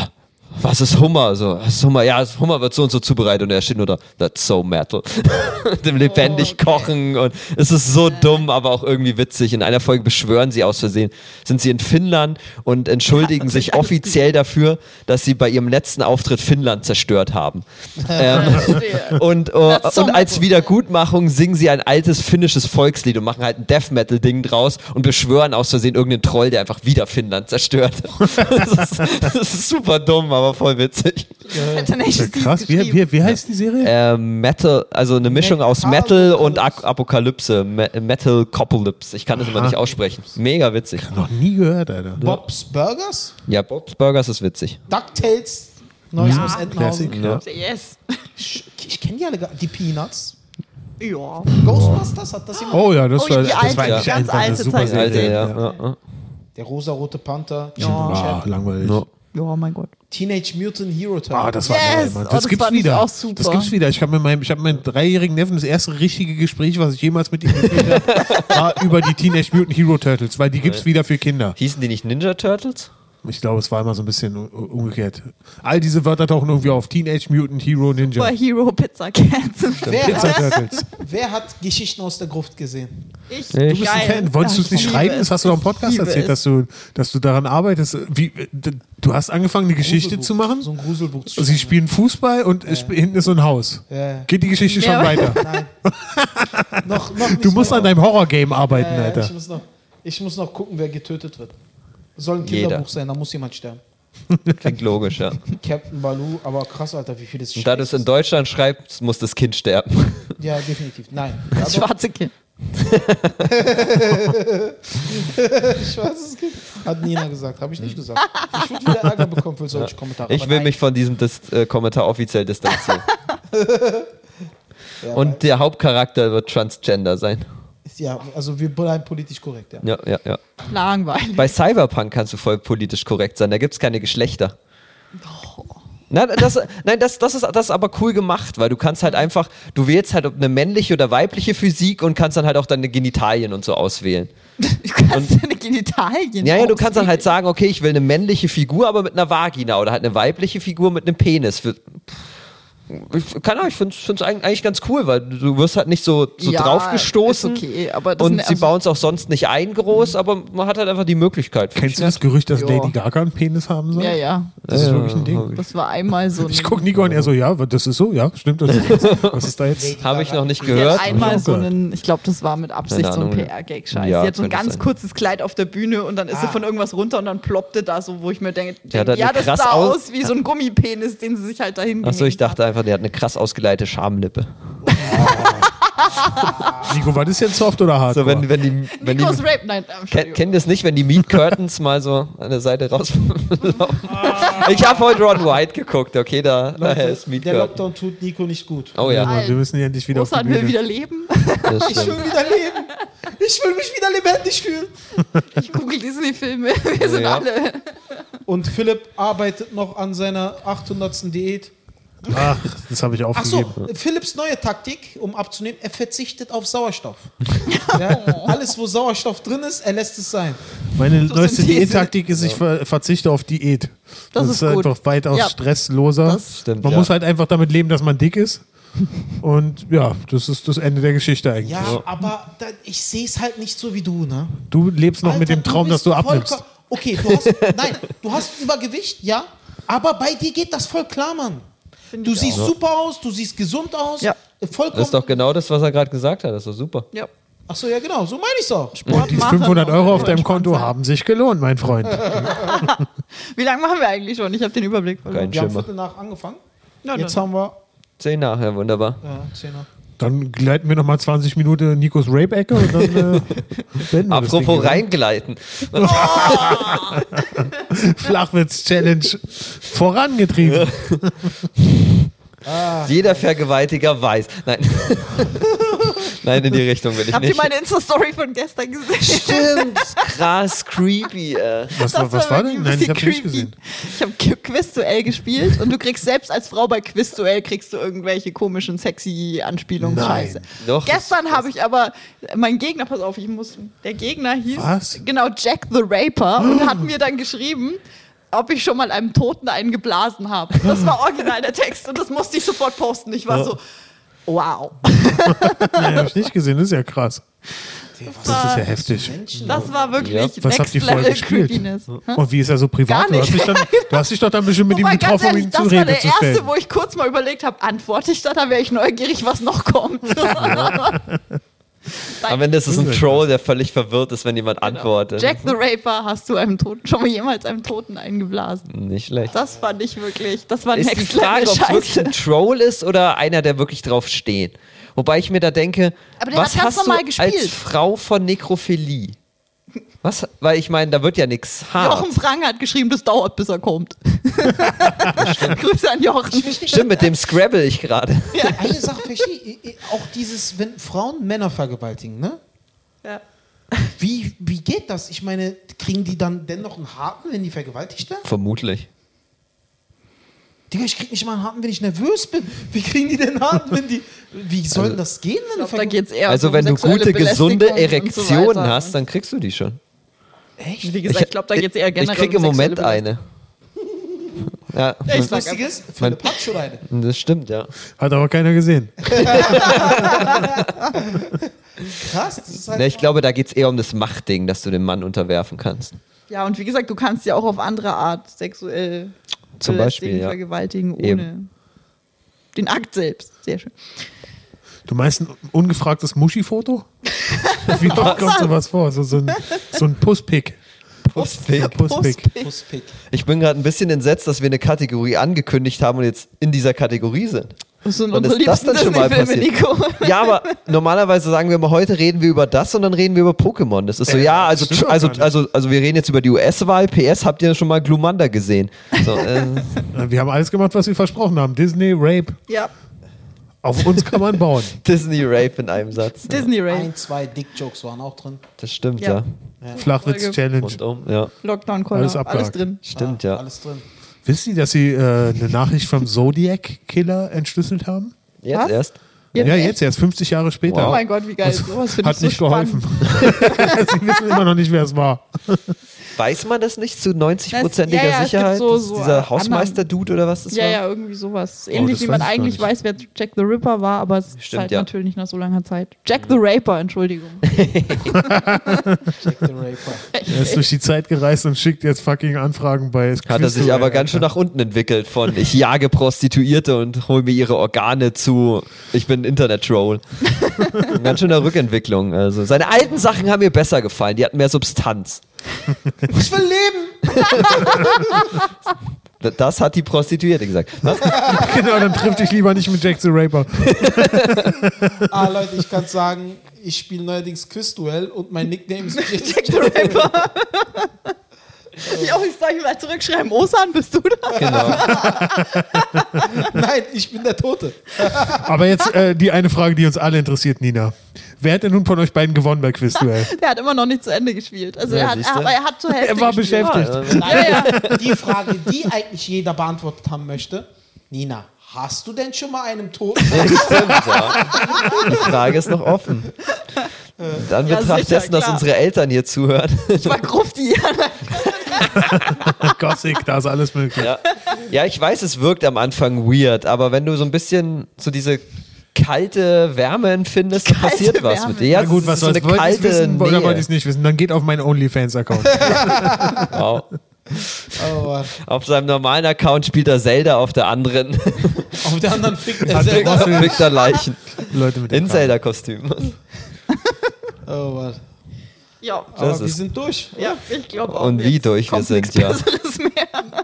was ist Hummer? So, was ist Hummer? Ja, das Hummer wird so und so zubereitet und er steht nur da, that's so metal. <laughs> Mit Dem
Oh,
lebendig kochen und es ist so dumm, aber auch irgendwie witzig. In einer Folge beschwören sie aus Versehen, sind sie in Finnland und entschuldigen sich offiziell dafür, dass sie bei ihrem letzten Auftritt Finnland zerstört haben. ähm, <laughs>
Verstehe.
und, äh,
Das Song-
und als Wiedergutmachung singen sie ein altes finnisches Volkslied und machen halt ein Death Metal Ding draus und beschwören aus Versehen irgendeinen Troll, der einfach wieder Finnland <laughs> zerstört. das, ist, das ist super dumm, aber voll witzig.
Hat Tenacious D
Krass, wie,
geschrieben.
wie, wie heißt die Serie?
Ähm, Metal, also eine Mischung aus Metal und Ak Apokalypse. Me Metal Copolypse. Ich kann das immer nicht aussprechen. Mega witzig.
Noch nie gehört, Alter.
Bob's Burgers?
Ja, Bob's Burgers ist witzig.
DuckTales? Neues aus
Classic,
Entenhausen?
ja.
Yes.
Ich, ich kenne die alle gar Die Peanuts?
Ja.
Ghostbusters? Hat das jemand?
Oh ja, das
Oh,
war,
die
das
alte,
war eigentlich
die ganz
einfach eine
alte
super
Zeit.
Serie.
Alter, ja.
ja.
ja, ja.
Oh.
Der rosarote Panther.
Ja.
Ah, langweilig.
No.
Ja, mein Gott.
Teenage Mutant Hero Turtles.
Ah, das war
Yes!
geil, Mann.
Oh,
Das,
das
gibt's
fand ich
wieder.
auch super.
Das gibt's wieder. Ich habe mit meinem, ich habe meinen dreijährigen Neffen das erste richtige Gespräch, was ich jemals mit ihm geführt
<laughs>
habe, war über die Teenage Mutant Hero Turtles, weil die gibt's wieder für Kinder.
Hießen die nicht Ninja Turtles?
Ich glaube, es war immer so ein bisschen u- u- umgekehrt. All diese Wörter tauchen irgendwie auf Teenage Mutant Hero Ninja.
Super Hero Pizza Cats.
wer,
Pizza
hat,
Turtles.
wer hat Geschichten aus der Gruft gesehen?
Ich,
bist ein
geil.
Fan, wolltest du es nicht
Ich
schreiben?
liebe
Das
es.
hast du doch im Podcast
Ich liebe
erzählt,
es.
dass du, dass du daran arbeitest. Wie, d- du hast angefangen, eine Geschichte
Gruselbuch.
zu machen? Also
So ein Gruselbuch zu
Sie spielen Fußball und es sp- hinten ist so ein Haus.
Ja.
Geht die Geschichte
Ja.
schon weiter?
Nein.
<laughs>
noch, noch nicht
Du musst
mal.
an deinem Horrorgame arbeiten,
Äh,
Alter.
Ich muss, noch, ich muss noch gucken, wer getötet wird. Soll ein Kinderbuch
Jeder.
sein, da muss jemand sterben.
Klingt logisch, <laughs> ja.
Captain Baloo, aber krass, Alter, wie viel das
Und da du es in Deutschland schreibst, muss das Kind sterben.
Ja, definitiv. Nein.
<laughs>
Also,
Das schwarze Kind.
Schwarzes Kind. Hat Nina gesagt, habe ich nicht gesagt. Ich würde wieder Ärger bekommen für solche Kommentare.
Ich
aber
will
nein.
mich von diesem Dis äh, Kommentar offiziell distanzieren.
Ja,
<laughs> Und der Hauptcharakter wird Transgender sein.
Ja, also wir bleiben politisch korrekt, ja.
Ja, ja, ja.
Langweilig.
Bei Cyberpunk kannst du voll politisch korrekt sein. Da gibt es keine Geschlechter. Oh. Nein, das, nein das, das, ist, das ist aber cool gemacht, weil du kannst halt einfach, du wählst halt ob eine männliche oder weibliche Physik und kannst dann halt auch deine Genitalien und so auswählen.
Du kannst deine Genitalien.
Ja, ja, du kannst dann halt
auswählen.
sagen, okay, ich will eine männliche Figur, aber mit einer Vagina oder halt eine weibliche Figur mit einem Penis. Für- Ich, keine Ahnung, ich finde es eigentlich ganz cool, weil du wirst halt nicht so, so
Ja,
draufgestoßen.
ist okay, aber das
und
sind-
sie
also-
bauen es auch sonst nicht ein groß, aber man hat halt einfach die Möglichkeit.
Kennst du das Gerücht, dass Lady Gaga einen Penis haben soll?
Ja, ja.
Das ist wirklich ein Ding.
Das war einmal so.
Ich
ein-
gucke Nico und er so, ja, das ist so, ja, stimmt. Das ist, was ist da jetzt?
Habe ich noch nicht
Sie
gehört.
hat einmal
Hab ich auch
so
gehört.
einen, ich glaube, das war mit Absicht
Keine
so ein
Ahnung, ja.
PR-Gag-Scheiß.
Ja,
sie hat so ein
könnte
ganz
sein.
kurzes Kleid auf der Bühne und dann ist sie
Ah.
von irgendwas runter und dann ploppte da so, wo ich mir denke,
hat
denk,
halt
ja,
eine
das
krass
sah
aus-
aus wie so ein Gummipenis, den sie sich halt dahin
Achso, ich
gehängt hat.
dachte einfach, die hat eine krass ausgeleitete Schamlippe.
Nico, war das jetzt soft oder hart?
So, wenn, wenn die. Wenn die
Nikos Rape, nein, äh,
Ken-
Entschuldigung.
Kennt ihr es nicht, wenn die Meat Curtains mal so an der Seite <laughs> rauslaufen? ich habe heute Ron White geguckt, okay, da, daher ist Meat
der
Curtain.
Lockdown tut Nico nicht gut.
Oh ja,
wir müssen hier endlich wieder auf die
Russland will
Bühne.
wieder
<laughs>
leben.
das
Ich
stimmt.
will wieder leben. Ich will mich wieder lebendig fühlen.
Ich google Disney-Filme. <laughs> Wir sind
Ja.
alle.
Und Philipp arbeitet noch an seiner 800. Diät.
Ach, das habe ich
Achso,
aufgegeben.
Philipps neue Taktik, um abzunehmen, er verzichtet auf
<laughs>
Sauerstoff. ja? Alles, wo Sauerstoff drin ist, er lässt es sein.
Meine
so
neueste
sind diese-
Diättaktik ist, ich ver verzichte auf Diät.
Das ist gut.
einfach weitaus
Ja.
stressloser.
Das
stimmt,
man
ja.
muss halt einfach damit leben, dass man dick <laughs> ist. Und ja, das ist das Ende der Geschichte eigentlich.
Ja, aber da, ich sehe es halt nicht so wie du, ne?
Du lebst noch mit
Alter,
dem Traum, dass
bist
du
voll
abnimmst.
ko- Okay, du hast, nein, du hast Übergewicht, ja, aber bei dir geht das voll klar, Mann. du siehst super aus, du siehst gesund aus, äh,
Ja.
vollkommen.
Das ist doch genau das, was er gerade gesagt hat. Das ist doch super.
Ja.
Achso, ja, genau, so meine ich es auch.
Sport
Die
machen
500
und
Euro auf
so
deinem
entspannt
Konto
sein.
haben sich gelohnt, mein Freund.
Wie lange machen wir eigentlich schon? Ich habe den Überblick verloren.
Kein
Wir haben
Schimmer.
Viertel nach angefangen.
Nein,
Jetzt
nein.
haben wir
Zehn nach, ja, wunderbar.
ja, 10 nach.
Dann gleiten wir nochmal 20 Minuten in Nikos Rape-Ecke und dann äh, beenden wir das
Apropos
Ding,
reingleiten.
hier. Flachwitz-Challenge vorangetrieben.
Jeder Vergewaltiger weiß.
<laughs>
Nein. Nein, in die Richtung will ich
Habt ihr
nicht.
meine Insta-Story von gestern gesehen?
Stimmt. Krass creepy, äh. ey.
Was, war, was war denn? Nein, ich habe nicht gesehen.
Ich habe Quizduell gespielt und du kriegst selbst als Frau bei Quizduell kriegst du irgendwelche komischen sexy Anspielungen.
Nein.
Scheiße.
Doch,
Gestern
das-
habe ich aber mein Gegner, pass auf, ich muss. Der Gegner hieß
Was?
genau Jack the Raper
<gasps>
und hat mir dann geschrieben. Ob ich schon mal einem Toten einen geblasen habe. Das war original der Text und das musste ich sofort posten. Ich war so, wow.
Nein, habe ich nicht gesehen. Das ist ja krass. Das ist ja heftig.
Das war wirklich
Ja.
Was habt ihr vorher gespielt?
Creepiness.
Und wie ist er so privat?
Gar
Du hast, dich
nicht.
dann, du hast dich doch dann bestimmt mit ihm
Wobei, ganz
getroffen, um
ehrlich,
ihn zu
das war
Rede
der
zu stellen.
erste, wo ich kurz mal überlegt habe, antworte ich da, da wäre ich neugierig, was noch
<laughs>
kommt. <laughs>
Am Ende ist es ein Troll, der völlig verwirrt ist, wenn jemand antwortet.
Genau. Jack the Raper, hast du einem Toten schon mal jemals einem Toten eingeblasen?
Nicht schlecht.
Das fand ich wirklich, das war
ist die
Next Level
Frage, ob es wirklich
Scheiße.
ein Troll ist oder einer, der wirklich drauf steht. Wobei ich mir da denke,
Aber der
was
hat ganz
hast du
normal gespielt.
als Frau von Nekrophilie? Was? Weil ich meine, da wird ja nichts hart.
Jochen Frank hat geschrieben, das dauert, bis er kommt. <laughs> Grüße an Jochen.
Stimmt, mit dem Scrabble ich gerade.
Eine Sache verstehe ich, ich- auch dieses, wenn Frauen Männer vergewaltigen, ne?
Ja.
Wie, wie geht das? Ich meine, kriegen die dann dennoch einen Haken, wenn die vergewaltigt werden?
Vermutlich.
Digga, ich krieg nicht mal einen Haken, wenn ich nervös bin. Wie kriegen die denn einen Haken, wenn die. Wie soll denn das gehen, wenn
Ich glaub,
du
da geht's eher
also
um
wenn du
sexuelle
gute, gesunde
Belästigung und
Erektion
so weiter. ne?
hast, dann kriegst du die schon.
Echt?
Wie gesagt, ich glaube, da geht es eher generell
Ich krieg
um
im Moment
sexuelle
eine. Ja,
Echt
sag
lustiges? Philipp hat schon eine.
das stimmt, ja.
Hat aber keiner gesehen.
Krass, das ist halt.
Ne, ich glaube, da geht es eher um das Machtding, dass du den Mann unterwerfen kannst.
Ja, und wie gesagt, du kannst ja auch auf andere Art sexuell
Zum
belästigen,
Beispiel, ja.
vergewaltigen, ohne
Eben.
den Akt selbst. Sehr schön.
Du meinst ein ungefragtes Muschi-Foto? Wie oft kommt sowas vor? So, so ein, so ein Pusspick.
Pussfick.
Puspick.
Puspick.
Ich bin gerade ein bisschen entsetzt, dass wir eine Kategorie angekündigt haben und jetzt in dieser Kategorie sind.
Das sind
Und
unsere
ist das
liebsten
dann schon mal
Disney-Filme, Nico.
<laughs>
<laughs>
Ja, aber normalerweise sagen wir mal, heute reden wir über das und dann reden wir über Pokémon. Das ist so,
Äh,
ja, also,
stimmt doch
also,
gar nicht.
also, also wir reden jetzt über die US-Wahl. PS, habt ihr schon mal Glumanda gesehen? So, äh,
Wir haben alles gemacht, was wir versprochen haben. Disney, Rape.
Ja,
Auf uns kann
<laughs>
man bauen.
<laughs> Disney Rape in einem Satz.
Disney Ray.
Ein, zwei Dick-Jokes waren auch drin.
Das stimmt,
Ja.
ja.
Flachwitz-Challenge.
Rundum, ja.
Lockdown Collar,
Alles
alles,
abgehakt.
drin.
Stimmt,
Ah,
ja.
Alles drin.
Wisst ihr, dass sie äh, eine Nachricht vom Zodiac-Killer entschlüsselt haben?
Jetzt
Was?
erst.
ja, jetzt erst, 50 Jahre später.
Oh mein Gott, wie geil. Sowas finde ich
Hat
so
nicht
spannend.
geholfen. <laughs> sie wissen immer noch nicht, wer es war.
Weiß man das nicht zu 90-prozentiger
Das- ja, ja, es gibt
Sicherheit?
so-
Das ist
so
dieser
Annahmen.
Hausmeister-Dude oder was das
Ja,
war?
ja, irgendwie sowas.
Oh, das
Ähnlich wie
weiß
man
ich gar
eigentlich
nicht.
weiß, wer Jack the Ripper war, aber es ist
Stimmt,
halt
ja.
natürlich nicht nach so langer
<laughs>
Zeit. Jack the Raper, Entschuldigung. <laughs>
Jack the <laughs> Raper.
Er ist durch die Zeit gereist und schickt jetzt fucking Anfragen bei
Hat er sich aber ganz schön nach unten entwickelt von ich jage Prostituierte und hole mir ihre Organe zu, ich bin Internet-Troll. Ein ganz schöner Rückentwicklung. Also seine alten Sachen haben mir besser gefallen, die hatten mehr Substanz.
Ich will leben!
D- Das hat die Prostituierte gesagt. Was?
<laughs> Genau, dann trifft dich lieber nicht mit Jack the Raper.
Ah, Leute, ich kann sagen, ich spiele neuerdings Quizduell und mein Nickname ist Jack
the
<laughs>
Ripper. Jo, ich soll ich mal zurückschreiben. Osan, bist du da?
Genau.
Nein, ich bin der Tote.
Aber jetzt äh, die eine Frage, die uns alle interessiert, Nina. Wer hat denn nun von euch beiden gewonnen bei Quizduell?
Der hat immer noch nicht zu Ende gespielt. Also
Ja,
er, hat,
siehste.
aber er hat zur Hälfte
<laughs> Er war
gespielt.
beschäftigt.
Nein, die Frage, die eigentlich jeder beantwortet haben möchte. Nina, hast du denn schon mal einen Toten?
Stimmt, ja. Die Frage ist noch offen. Dann
Ja,
betrachtet
sicher,
dessen, dass
klar.
unsere Eltern hier zuhören.
Ich war Grufti.
<laughs> Gothic, da ist alles möglich.
Ja. ja, ich weiß, es wirkt am Anfang weird, aber wenn du so ein bisschen so diese kalte Wärme empfindest, dann
Kalte
passiert was
Wärme.
mit dir. Ja,
Na gut,
es
was
ist so
soll's.
eine
Wollt ihr's
kalte
wissen oder
Nähe.
wollt ihr es nicht wissen? Dann geht auf meinen
<laughs>
OnlyFans-Account.
Wow.
Oh, Mann.
Auf seinem normalen Account spielt er Zelda, auf
<laughs>
der anderen
auf der anderen Oh, ficken er
fickt
selber.
er- fickt er Leichen.
Leute mit dem
In Zelda-Kostüm.
Oh, Mann.
Ja.
Das
Aber wir
ist-
sind durch.
ja, ich glaube auch.
Und wie
jetzt
durch wir
kommt
sind,
nichts
ja.
Besseres mehr.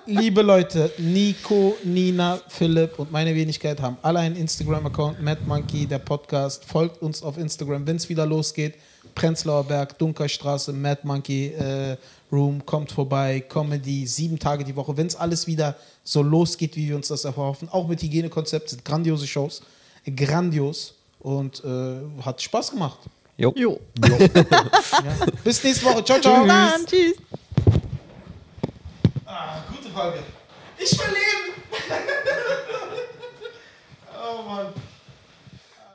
Liebe Leute, Nico, Nina, Philipp und meine Wenigkeit haben alle einen Instagram-Account, Mad Monkey, der Podcast. Folgt uns auf Instagram, wenn es wieder losgeht. Prenzlauer Berg, Dunkerstraße, Mad Monkey äh, Room, kommt vorbei, Comedy, sieben Tage die Woche. Wenn es alles wieder so losgeht, wie wir uns das erhoffen, auch mit Hygienekonzept, sind grandiose Shows, grandios und äh, hat Spaß gemacht.
Jo.
Jo.
Ja. Bis nächste Woche, ciao, ciao.
Dann, tschüss.
Ah, gute Frage. Ich will leben! oh Mann.